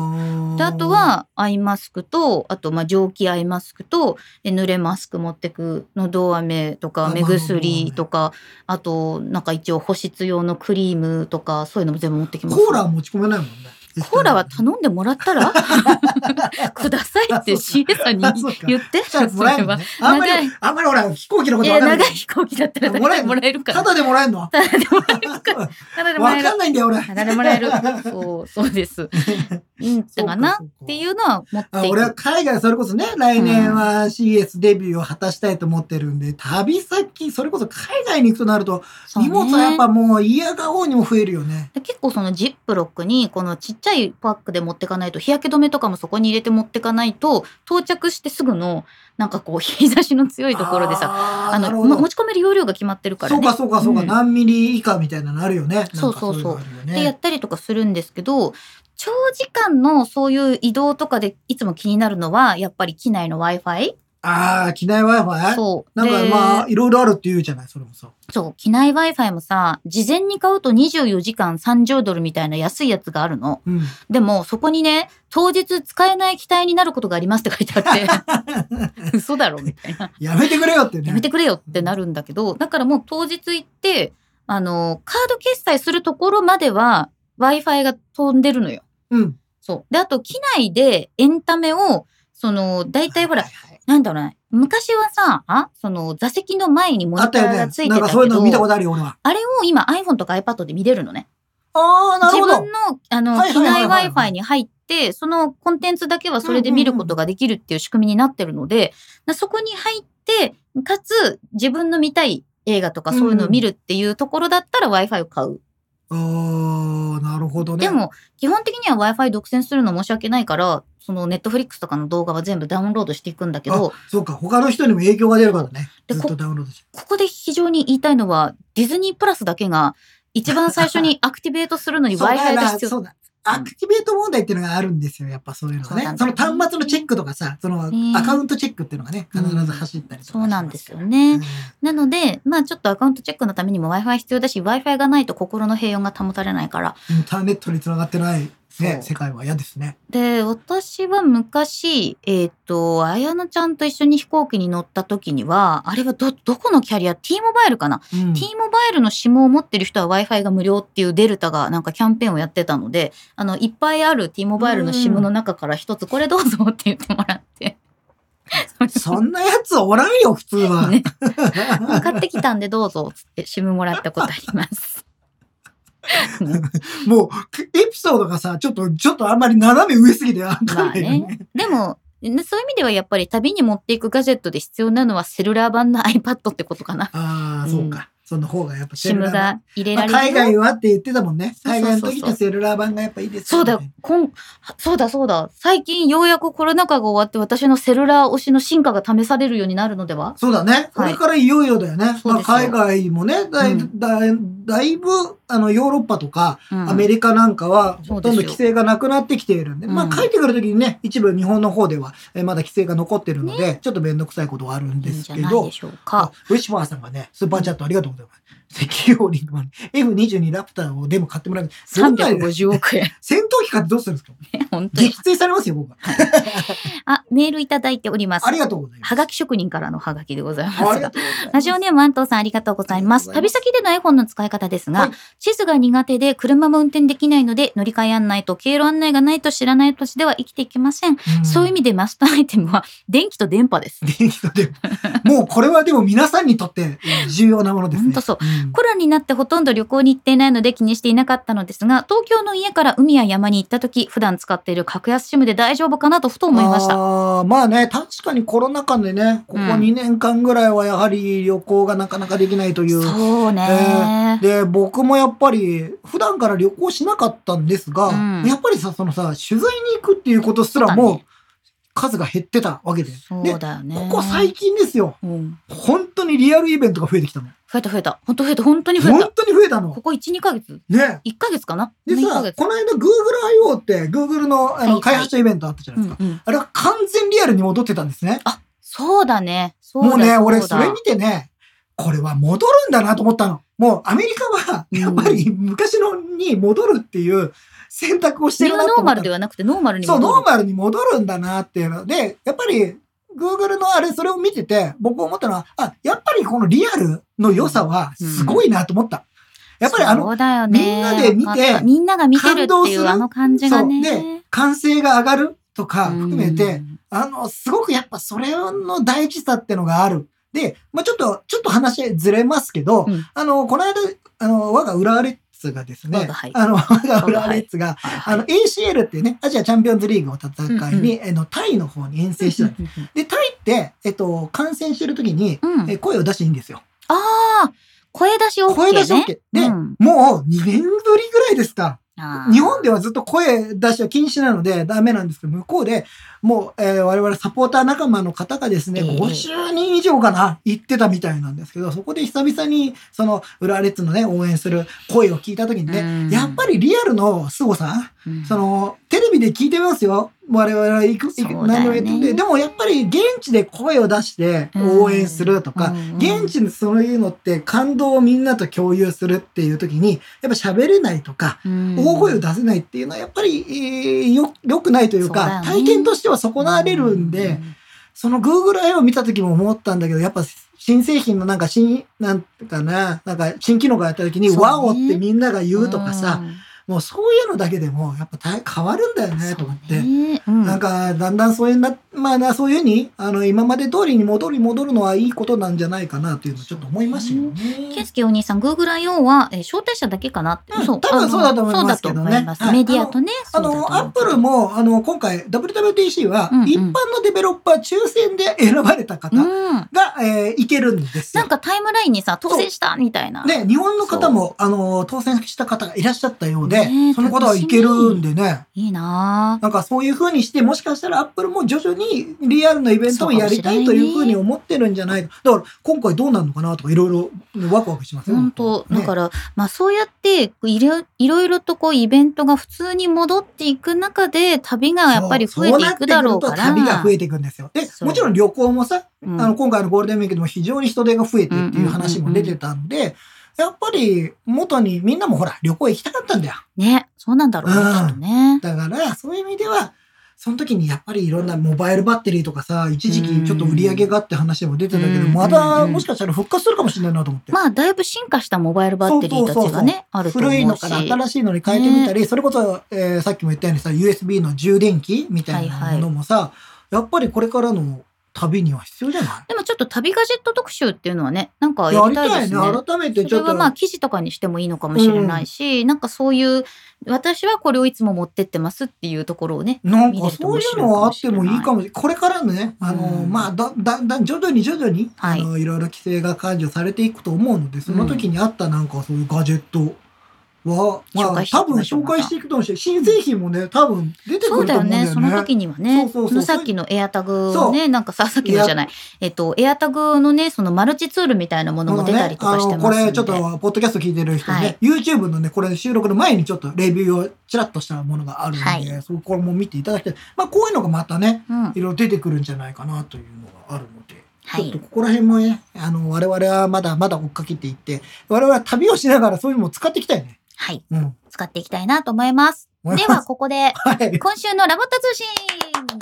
B: であと、はアイマスクとあとまあ蒸気アイマスクとで濡れマスク持ってくのど飴と
A: あ
B: か目薬とかあとなんか一応保湿用のクリームとかそういうのも全部持ってきます
A: コーラは持ち込めないもんね。
B: コーラは頼んでもらったら (laughs) くださいって CA さんに
A: あそうか
B: 言って
A: じゃあもらえるのね。あんまり
B: 長い、
A: あんまりほら、飛行機のこ
B: い
A: とわ
B: や
A: かん
B: 長
A: ない
B: い。飛行機だったら
A: もらえ
B: もらえるか
A: た
B: ら
A: だでもらえるのわ
B: ただでもらえるからただでもらえる
A: かんないんだよ、俺。
B: あ誰もらえ (laughs) る。そう、そうです。うん、だかな
A: そうかそうか
B: っていうのは持ってい
A: あ
B: く。
A: 俺は海外、それこそね、来年は CS デビューを果たしたいと思ってるんで、旅先、それこそ海外に行くとなると、
B: そう
A: 荷
B: ね
A: 物はやっぱもう嫌顔にも増えるよね。
B: で結構そのジップロックにこのちっちゃいパックで持ってかないと日焼け止めとかもそこに入れて持ってかないと到着してすぐのなんかこう日差しの強いところでさ
A: あー
B: あ
A: な
B: の
A: るほど
B: も持ち込める容量が決まってるから
A: そう
B: ね
A: かそうかそうか、
B: うん
A: 何ミリ以下みたいなのあるよね。なんか
B: そうそうそう
A: いのあるよね
B: でやったりとかするんですけど長時間のそういう移動とかでいつも気になるのはやっぱり機内の w i f i
A: ああ、機内 Wi-Fi?
B: そう。
A: なんか
B: で
A: まあ、いろいろあるって言うじゃない、それもそう。
B: そう、機内 Wi-Fi もさ、事前に買うと24時間30ドルみたいな安いやつがあるの。 (laughs)
A: うん。
B: でも、そこにね、当日使えない機体になることがありますって書いて
A: (laughs)
B: あって、嘘だろみたいな。
A: やめてくれよってね。
B: やめてくれよってなるんだけど、だからもう当日行って、あの、カード決済するところまでは Wi-Fi が飛んでるのよ。
A: うん。
B: そう。で、あと、機内でエンタメを、その、大体ほら
A: はい、はい
B: なんだろうな、昔はさ、あその、座席の前にモ
A: あ
B: ニ
A: っ
B: タ
A: た
B: ーが
A: よ
B: つ
A: ね。
B: いて
A: な
B: た
A: ん
B: けど、
A: かそういうの見たことあるよ、俺は。
B: あれを今 iPhone とか iPad で見れるのね。
A: ああ、なる
B: 自
A: ほど
B: 分。の、あの、
A: はい
B: 機
A: はいはい
B: 内
A: はい
B: Wi-Fi に入って、そのコンテンツだけはそれで見ることができるっていう仕組みになってるので、なそこに入って、かつ自分の見たい映画とかそういうのを見るっていうところだったら Wi-Fi を買う。
A: ああ、なるほどね。
B: で、も、基本的には Wi-Fi 独占するの申し訳ないから、その Netflix とかの動画は全部ダウンロードしていくんだけど、
A: そうか、他の人にも影響が出るからね。
B: で
A: ずっと
B: こ
A: ダウンロードして。
B: ここで非常に言いたいのは、ディズニープラスだけが一番最初にアクティベートするのに Wi-Fi が必
A: (laughs)
B: 要
A: そうだよなそうだアクティベート問題っていうのがあるんですよ、やっぱそういうのがね。
B: そうな
A: そ
B: んだ
A: の端末のチェックとかさ、その
B: ね
A: アカウントチェックっていうのがね、必ず走ったりとかします
B: そうなんですよ
A: う
B: ね
A: ん。
B: なので、まあちょっとアカウントチェックのためにも Wi-Fi 必要だし、Wi-Fi がないと心の平穏が保たれないから。
A: インターネットに繋がってない、
B: そ
A: ね、
B: う
A: 世界は嫌ですね。
B: で、私は昔、えっ、と、綾乃ちゃんと一緒に飛行機に乗った時には、あれはど、どこのキャリア ?T モバイルかな、
A: うん
B: ?T モバイルの SIM を持ってる人は Wi-Fi が無料っていうデルタがなんかキャンペーンをやってたので、あの、いっぱいある T モバイルの SIM の中から一つこれどうぞって言っても
A: (laughs)
B: らって。
A: そんなやつおらんよ、普通は。
B: ね買ってきたんでどうぞっつって SIM もらったことあります。ね
A: (laughs) もう、エピソードがさ、ちょっと、ちょっとあんまり斜め上すぎてあんたね。
B: まあでも、ねそういう意味ではやっぱり旅に持っていくガジェットで必要なのはセルラー版の (laughs) iPad ってことかな。
A: ああ、そうか。その方がやっぱセルラー版
B: SIM が入れ
A: ま
B: ら
A: あ
B: れるの。
A: 海外はって言ってたもんね。
B: そうそう
A: 海外
B: そうそう
A: の時ってセルラー版がやっぱいいです
B: そう
A: よね
B: だ、こん、そうだそうだ。最近ようやくコロナ禍が終わって私のセルラー推しの進化が試されるようになるのでは
A: そうだね。こ
B: はい
A: れからいよいよだよね。
B: そう
A: まあ、
B: ですよ
A: 海外もね、だい,、
B: う
A: だいだいぶあのヨーロッパとか
B: うん
A: アメリカなんかは
B: そ
A: ほ
B: うで
A: と
B: す
A: ん
B: よ
A: ど規制がなくなってきているんで、
B: うん
A: まあ帰ってくるときにね、一部日本の方ではえまだ規制が残ってるので、ちょっと面倒くさいことはあるん
B: いい
A: で
B: ん
A: す
B: じゃ
A: け
B: ない
A: ど
B: で、しょう
A: あ
B: か。
A: ウィシュマーさんがね、スーパーチャットありがとうございます。石油王リングマン、F22 ラプターをでも買ってもらえる。どんな
B: 350億円。
A: 戦闘機買ってどうするんですか
B: 本当に
A: (laughs) 撃。墜されますよ、僕は。
B: あ、メールいただいております
A: あ。りがとうございます。
B: はがき職人からのはがきでございます
A: あり
B: が
A: が。とうございます
B: ラジオネーム、安藤さんありがとうございます。
A: ありがとう
B: 旅
A: ござい
B: 先での iPhone の使い方ですが、
A: はい
B: 地図が苦手で車も運転できないので、乗り換え案内と経路案内がないと知らない土地では生きていけません。
A: ん
B: そういう意味でマストアイテムは、 (laughs) 電気と電波です。
A: 電気と電波もうこれはでも皆さんにとって重要なものですね。
B: ほんとそう
A: うん
B: コロナになってほとんど旅行に行っていないので気にしていなかったのですが、東京の家から海や山に行った時、普段使っている格安シムで大丈夫かなとふと思いました。
A: あーまあね、確かにコロナ禍でね、ここ
B: うん
A: 2年間ぐらいはやはり旅行がなかなかできないという。
B: そうね、
A: で、僕もやっぱり普段から旅行しなかったんですが、
B: うん
A: やっぱりさ、そのさ、取材に行くっていうことすら
B: そうだ
A: も
B: ね
A: 数が減ってたわけで。
B: そ
A: で
B: う、だよね。
A: ここ最近ですよ。
B: うん
A: 本当にリアルイベントが増えてきたの。
B: 増えた増えた。本当増えた。本当に増え
A: 本
B: た。
A: 当に増えたの
B: こ。こ1、2ヶ月
A: ね。
B: 1ヶ月かな
A: で
B: 1ヶ
A: さ
B: 月、。
A: この間 Google I.O. って Google のあ
B: はいは
A: の
B: い
A: 開発者イベントあったじゃないですか。
B: うんうん
A: あれは完全リアルに戻ってたんですね。
B: そうだね。そ
A: もう
B: うだ
A: ね、
B: そ
A: 俺
B: う
A: そ
B: だ
A: れ見てね、これは戻るんだなと思ったの。もうアメリカは
B: うん
A: やっぱり昔のに戻るっていう選択をして
B: ニュ
A: る
B: ー
A: な
B: ノ
A: と
B: ー
A: 思
B: マ
A: っ
B: ル
A: た
B: で
A: の。
B: はなくてノーマルに
A: そう、
B: 戻
A: ノー
B: る。
A: マルに戻るんだなっていうので、やっぱり Google のあれ、それを見てて、僕思ったのは、あ、やっぱりこのリアルの良さはすごいなと思った。やっぱりあの
B: そうだよね
A: みんなで見て
B: わかったみんなが見てるっ
A: 感
B: て
A: 動
B: い
A: す
B: う
A: る
B: あの感じがね。
A: そうで歓声が上がるとか含めて、
B: うん、
A: あのすごくやっぱそれの大事さってのがある。で、まあ、ちょっとちょっと話ずれますけど、
B: うん
A: あのこの間あの我が浦和レッズがです
B: 我
A: ね
B: がはい
A: あの我が浦和レッズが、
B: あ
A: あの ACL っていうねアジアチャンピオンズリーグを戦いに、あのタイの方に遠征してたのでタイって、えっと、観戦してる時に、
B: うん、
A: え声を出していいんですよ。
B: あー声出し OK ね。
A: 声出し OK で、
B: うん
A: もう2年ぶりぐらいですか。
B: あー
A: 日本ではずっと声出しは禁止なのでダメなんですけど、向こうでもう、えー我々サポーター仲間の方がですね、
B: ええ
A: 50人以上かな、行ってたみたいなんですけど、そこで久々にその浦和レッズのね、応援する声を聞いた時に
B: う
A: ね、
B: ん
A: やっぱりリアルの凄さ、
B: うん
A: その、テレビで聞いてますよ。我々は行く、行く
B: そうだよね
A: 何でもやってて、でもやっぱり現地で声を出して応援するとか、現
B: 地
A: 地のそういうのって感動をみんなと共有するっていう時に、やっぱ喋れないとか、大声を出せないっていうのはやっぱり、えーよ、良くないというか、
B: そうだよね
A: 体験としては損なわれるんで、その Google 絵を見た時も思ったんだけど、やっぱ新製品のなんか新、なんかな、なんか新機能がやった時に、
B: そうね
A: ワオってみんなが言うとかさ、
B: うん
A: もうそういうのだけでも、やっぱ大変わるんだよね、と思って。
B: そうねうん
A: なんか、だんだんそういうな、まあな、そういうふうに、あの、今まで通りに戻り戻るのはいいことなんじゃないかな、というのをちょっと思いましたよ
B: ケン
A: ね。
B: スケお兄さん、Google.io は、えー招待者だけかなって、
A: うん多分そうだと思いますけどね
B: そうだと思います
A: はい
B: メディアとね、
A: あ
B: そうだと
A: の、
B: 思い
A: ア
B: ま
A: ッ
B: す
A: プルも、あの、今回、WWDC は
B: うんう、ん
A: 一般のデベロッパー抽選で選ばれた方が、
B: うん。
A: えーいけるんですよ
B: なん。かタイムラインにさ、当選したみたいな。
A: ね、日本の方も、あの、当選した方がいらっしゃったようで、
B: ねえ
A: その方はいけるんでね。
B: いいなぁ
A: なんかそういう風にして、もしかしたらアップルも徐々にリアルのイベントをやりたいという風に思ってるんじゃないか。だから今回どうなるのかなとかいろいろワクワクしますよ
B: 本当だか
A: ね、
B: ら、まあそうやっていろいろいろとこうイベントが普通に戻っていく中で旅がやっぱり増えていくだろうから
A: そなってくると旅が増えていくんですよ。で、
B: そう
A: もちろん旅行もさ、
B: うん
A: あの今回のゴールデンウィークでも非常に人手が増えてっていう話も出てたんで、やっぱり元にみんなもほら旅行行きたかったんだよ。
B: ねそうなんだろうね、
A: うん
B: きっとね。
A: だから、そういう意味では、その時にやっぱりいろんなモバイルバッテリーとかさ、一時期ちょっと売り上げがって話も出てたけど、
B: うん
A: まだもしかしたら復活するかもしれないなと思って。
B: まあだいぶ進化したモバイルバッテリーたちがね、あると思うし。
A: 古いのから新しいのに変えてみたり、それこそ、えーさっきも言ったようにさ、USB の充電器みたい
B: は
A: ない
B: はい
A: ものもさ、やっぱりこれからの旅には必要じゃない
B: でもちょっと旅ガジェット特集っていうのはね、なんかや
A: や
B: り
A: り
B: た
A: た
B: いで
A: い
B: す
A: ね。
B: ね。
A: 改めてち
B: それ
A: ょっ
B: は
A: と。
B: まあ記事とかにしてもいいのかもしれないし、なんかそういう私はこれをいつも持ってってますっていうところをね
A: なん
B: 見
A: か
B: れて
A: そう
B: 面
A: いう
B: 白い
A: のは
B: か
A: あ
B: も
A: っ
B: してれない
A: もいいかもしれない。これからのね、あの、
B: うん
A: まあ、だ、だ、だ、徐々に徐々に、
B: はい
A: あの、いろいろ規制が解除されていくと思うので、その時にあったなんかそういうガジェットは、
B: 紹
A: まあ、
B: 介してい
A: 多
B: き
A: 分
B: ましょう
A: 紹介していくと思うし、新製品もね、多分出て
B: そ
A: く
B: う
A: る
B: だ
A: と思
B: よ
A: うんだよ
B: ね
A: ね。
B: その時には
A: そうそ
B: ね
A: うそう
B: のさっきのエアタグをねなんかささっきのじゃないえっとエアタグのねそのマルチツールみたいなものも出たりとかして
A: あのこ
B: ますんで、
A: れちょっとポッドキャスト聞いてる人ね、
B: はい
A: YouTube のねこれ収録の前にちょっとレビューをちらっとしたものがあるので、
B: はい
A: そこも見ていただきたい、まあ、こういうのがまたね
B: うん、はい
A: いろいろ出てくるんじゃないかなというのがあるので、
B: はい
A: ちょっとここら辺もねあの我々はまだまだ追っかけていって我々は旅をしながらそういうのも使っていきたいね。うん、
B: 使っていきたいなと思
A: (laughs)
B: います
A: 思います
B: ではここで
A: はい
B: 今週のラボット通信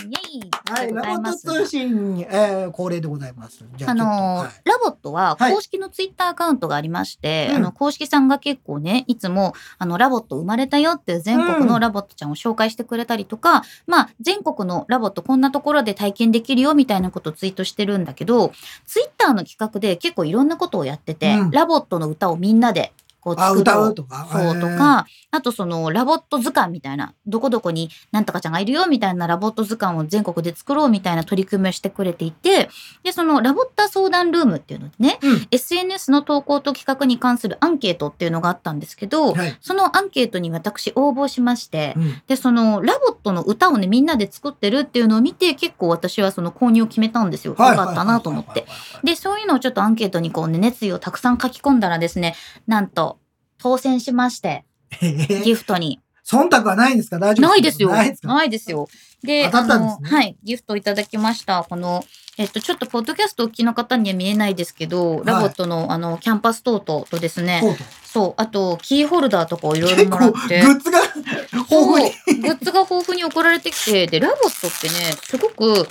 B: イエイあ
A: は
B: り
A: い、
B: が
A: ラ
B: とう
A: ボ
B: ございま
A: ッ
B: す
A: ト通信、えー、恒例でございます。じゃあ
B: あ
A: ちょっと、
B: のー
A: はい
B: ラボットは
A: はい
B: 公式のツイッターアカウントがありまして、
A: うん
B: あの公式さんが結構ねいつもあのラボット生まれたよっていう全国
A: う
B: の
A: ん
B: ラボットちゃんを紹介してくれたりとか、まあ全国のラボットこんなところで体験できるよみたいなことをツイートしてるんだけどツイッターの企画で結構いろんなことをやってて、
A: うん
B: ラボットの歌をみんなでこう
A: あ
B: 作
A: 歌
B: ろう
A: うとか
B: そうと、か、あとそのラボット図鑑みたいな、どこどこになんとかちゃんがいるよみたいなラボット図鑑を全国で作ろうみたいな取り組みをしてくれていて、で、そのラボッタ相談ルームっていうのでね、
A: えー
B: SNS の投稿と企画に関するアンケートっていうのがあったんですけ
A: う
B: ど
A: ん、、はい、
B: そのアンケートに私応募しまして、
A: うん
B: で、そのラボットの歌をね、みんなで作ってるっていうのを見て、結構私はその購入を決めたんですよ。よ
A: はい
B: かったなと思って。。で、そういうのをちょっとアンケートにこうね、熱意をたくさん書き込んだらですね、なんと、当選しまして、
A: はいはいはいはい
B: ギフトに。
A: 忖度はないんですか大丈夫
B: ないですよ。
A: ないですか
B: ないですよ。で、
A: 当たったんですね
B: あのはい、ギフトいただきました。この、えっと、ちょっとポッドキャストお聞きの方には見えないですけど、ラボットの、あの、キャンパストートとですね、
A: そうそう
B: そう、あと、キーホルダーとかをいろいろ
A: 結
B: も
A: 構グ
B: らって。
A: ッズが豊富に。
B: そうグッズが豊富に送られてきて、で、ラボットってね、すごく、グッ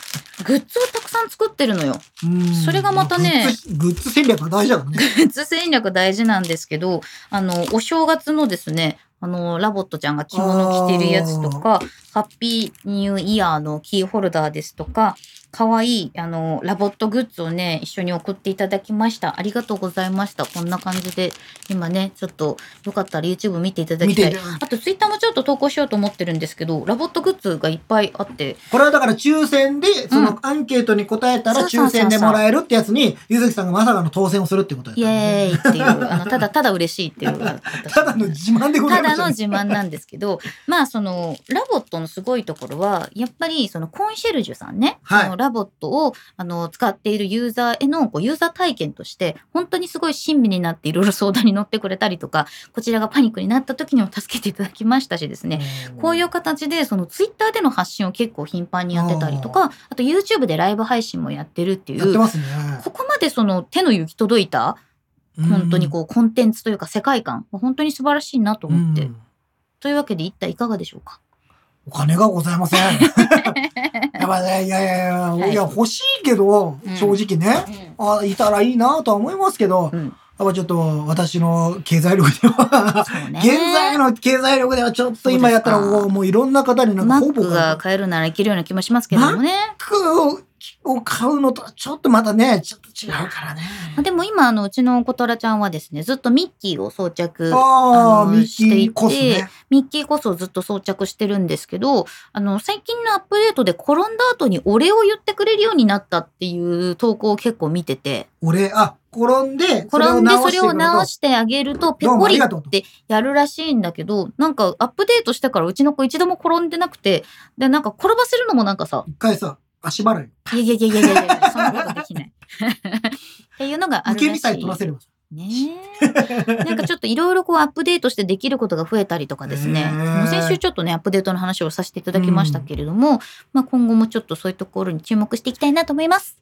B: ズをたくさん作ってるのよ。
A: うん
B: それがまたね
A: グッズグッズ戦略が大事だからね。
B: グッズ戦略大事なんですけど、あの、お正月のですね、あの、ラボットちゃんが着物着てるやつとか、ハッピーニューイヤーのキーホルダーですとか、可愛いあの、ラボットグッズをね、一緒に送っていただきました。ありがとうございました。こんな感じで、今ね、ちょっと、よかったら YouTube 見ていただ
A: 見
B: きた
A: て
B: い。あと、ツイッターもちょっと投稿しようと思ってるんですけど、ラボットグッズがいっぱいあって、
A: これはだから抽選で、そうのアンケートに答えたら
B: そうそうそう
A: 抽
B: そ
A: 選
B: う
A: でもらえるってやつに、ゆずきさんがまさかの当選をするってことやっ
B: イ
A: たんで
B: エーイっていう、あの、ただただ嬉しいっていう。
A: (laughs) ただの自慢でござ
B: た
A: いま
B: だ
A: す
B: の
A: よね。
B: 自慢なんです
A: (laughs)
B: けど、まあそのラボットのすごいところは、やっぱりそのコンシェルジュさんね、
A: はい
B: そのララボットをあの使っているユーザーへのこうユーザー体験として本当にすごい親身になっていろいろ相談に乗ってくれたりとかこちらがパニックになった時にも助けていただきましたしですねこういう形でそのツイッターでの発信を結構頻繁にやってたりとかあと YouTube でライブ配信もやってるってい
A: やって
B: う
A: ますね。
B: ここまでその手の行き届いた本当にこうコンテンツというか世界観本当に素晴らしいなと
A: う
B: 思って
A: ん
B: というわけで一体いかがでしょうか
A: お金がござい
B: (laughs)
A: ません。やっぱね、いやいやいや、
B: はい
A: い、や、欲しいけど
B: うん、
A: 正直ね。あ、いたらいいなとは思いますけど、
B: うん
A: やっぱちょっと私の経済力では、
B: そうね
A: 現在の経済力ではちょっと今やったら
B: そうですか
A: もういろんな方になんか
B: マ
A: ほ
B: ッ
A: ぼ
B: クが買えるならいけるような気もしますけれどもね。
A: 服を買うのとはちょっとまたね、ちょっと違うからね。
B: まあでも今、あの、うちのことらちゃんはですね、ずっとミッキーを装着、
A: あ
B: あ
A: あ、
B: の
A: ミッキーコス
B: していて
A: ね。
B: ミッキーこそずっと装着してるんですけど、あの、最近のアップデートで転んだ後にお礼を言ってくれるようになったっていう投稿を結構見てて、
A: 俺、あ、転んで、
B: 転んでそれを直
A: し
B: してあげると、ペ
A: どうも
B: コ
A: あ
B: リ
A: り
B: っ
A: がとうと。
B: てやるらしいんだけど、なんかアップデートしてからうちの子一度も転んでなくて、で、なんか転ばせるのもなんかさ、
A: 一回さ、足払い。
B: いやいやいやいやいやいや、そんなことで
A: (laughs)
B: きない。っていうのがあ
A: 受け
B: るら
A: 身
B: し
A: さえ取ら
B: い。
A: せれば。
B: ねえ。なんかちょっといろいろこうアップデートしてできることが増えたりとかですね。
A: ねえ
B: もう先週ちょっとね、アップデートの話をさせていただきましたけれども、まあ今後もちょっとそういうところに注目していきたいなと思います。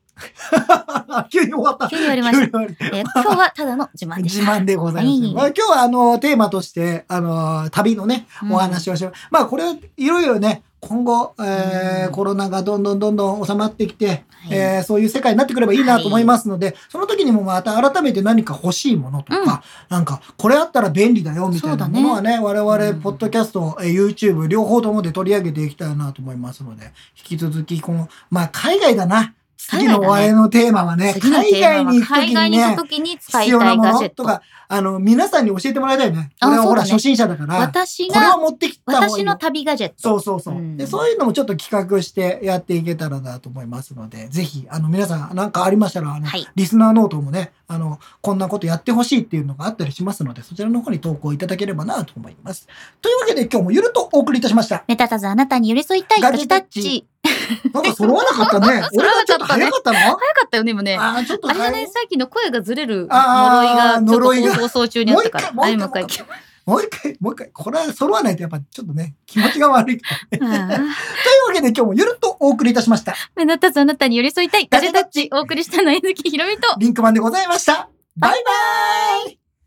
A: 急に終わった。
B: 急に終わりまし
A: 急
B: た
A: に終わり
B: えー今日はただの自慢でし
A: 自
B: た。
A: 慢でございます。ま
B: は
A: あ、今日はあのテーマとしてあの旅のね
B: うん
A: お話をしましたまあこれいろいろね今後、えー
B: うん
A: コロナがどんどんどんどん収まってきて、
B: はい
A: えーそういう世界になってくればいいなと思いますので、その時にもまた改めて何か欲しいものとか、
B: うん
A: なんかこれあったら便利だよみたいなものはね我
B: うん
A: 々ポッドキャスト、えー YouTube 両方ともで取り上げていきたいなと思いますので引き続きこのまあ海外だな次のお笑いのテーマはね
B: 次の
A: 海
B: テー
A: 外
B: マ
A: に
B: は
A: 行く時
B: 海
A: にね
B: 外に行くときに使い
A: 必要
B: た
A: ないも
B: ガジェ
A: の
B: ット
A: と。か、あの、皆さんに教えてもらいたいね。
B: あ
A: これはほら、
B: そうだね
A: 初心者だから、
B: 私
A: これは
B: が、
A: 持ってきた方がい
B: 私
A: いよ
B: の旅ガジェット。
A: そうそうそう、
B: うん
A: で。そういうのもちょっと企画してやっていけたらなと思いますので、ぜひ、あの、皆さん、なんかありましたら、あの、
B: はい
A: リスナーノートもね、あの、こんなことやってほしいっていうのがあったりしますので、そちらの方に投稿いただければなと思います。というわけで、今日もゆるっとお送りいたしま
B: (laughs)
A: した。
B: 目立たずあなたに寄り添いたい
A: ガ
B: ガ
A: ジェ
B: ジェ
A: タ
B: タ
A: ッ
B: ッ
A: チ
B: チ。。
A: なんか揃わなかったね俺
B: (laughs) 揃わ
A: は
B: な
A: ちょ
B: か
A: っと
B: ったね
A: 早かったの
B: 早かったよね、今ね。
A: あーちょっと
B: あれ
A: 早
B: だ
A: い
B: ね、さっきの声がずれる
A: あー
B: 呪いがちょっ
A: 呪い
B: と
A: が
B: 放送中にあったから、
A: もう一回
B: あ
A: も
B: も
A: う一
B: う一
A: 回
B: 回
A: もう一回、もう一回、これは揃わないとやっぱちょっとね、気持ちが悪い。 (laughs) という
B: うん
A: わけで今日もゆるっとお送りいたしました。
B: 目立たずあなたに寄り添いたい。
A: ガ
B: ガ
A: ジ
B: ジ
A: ェ
B: ェ
A: タ
B: タ
A: ッ
B: ッ
A: チ
B: チ。お送りしたのは、えずきひろみと。
A: リンクマンでございました。バイバイ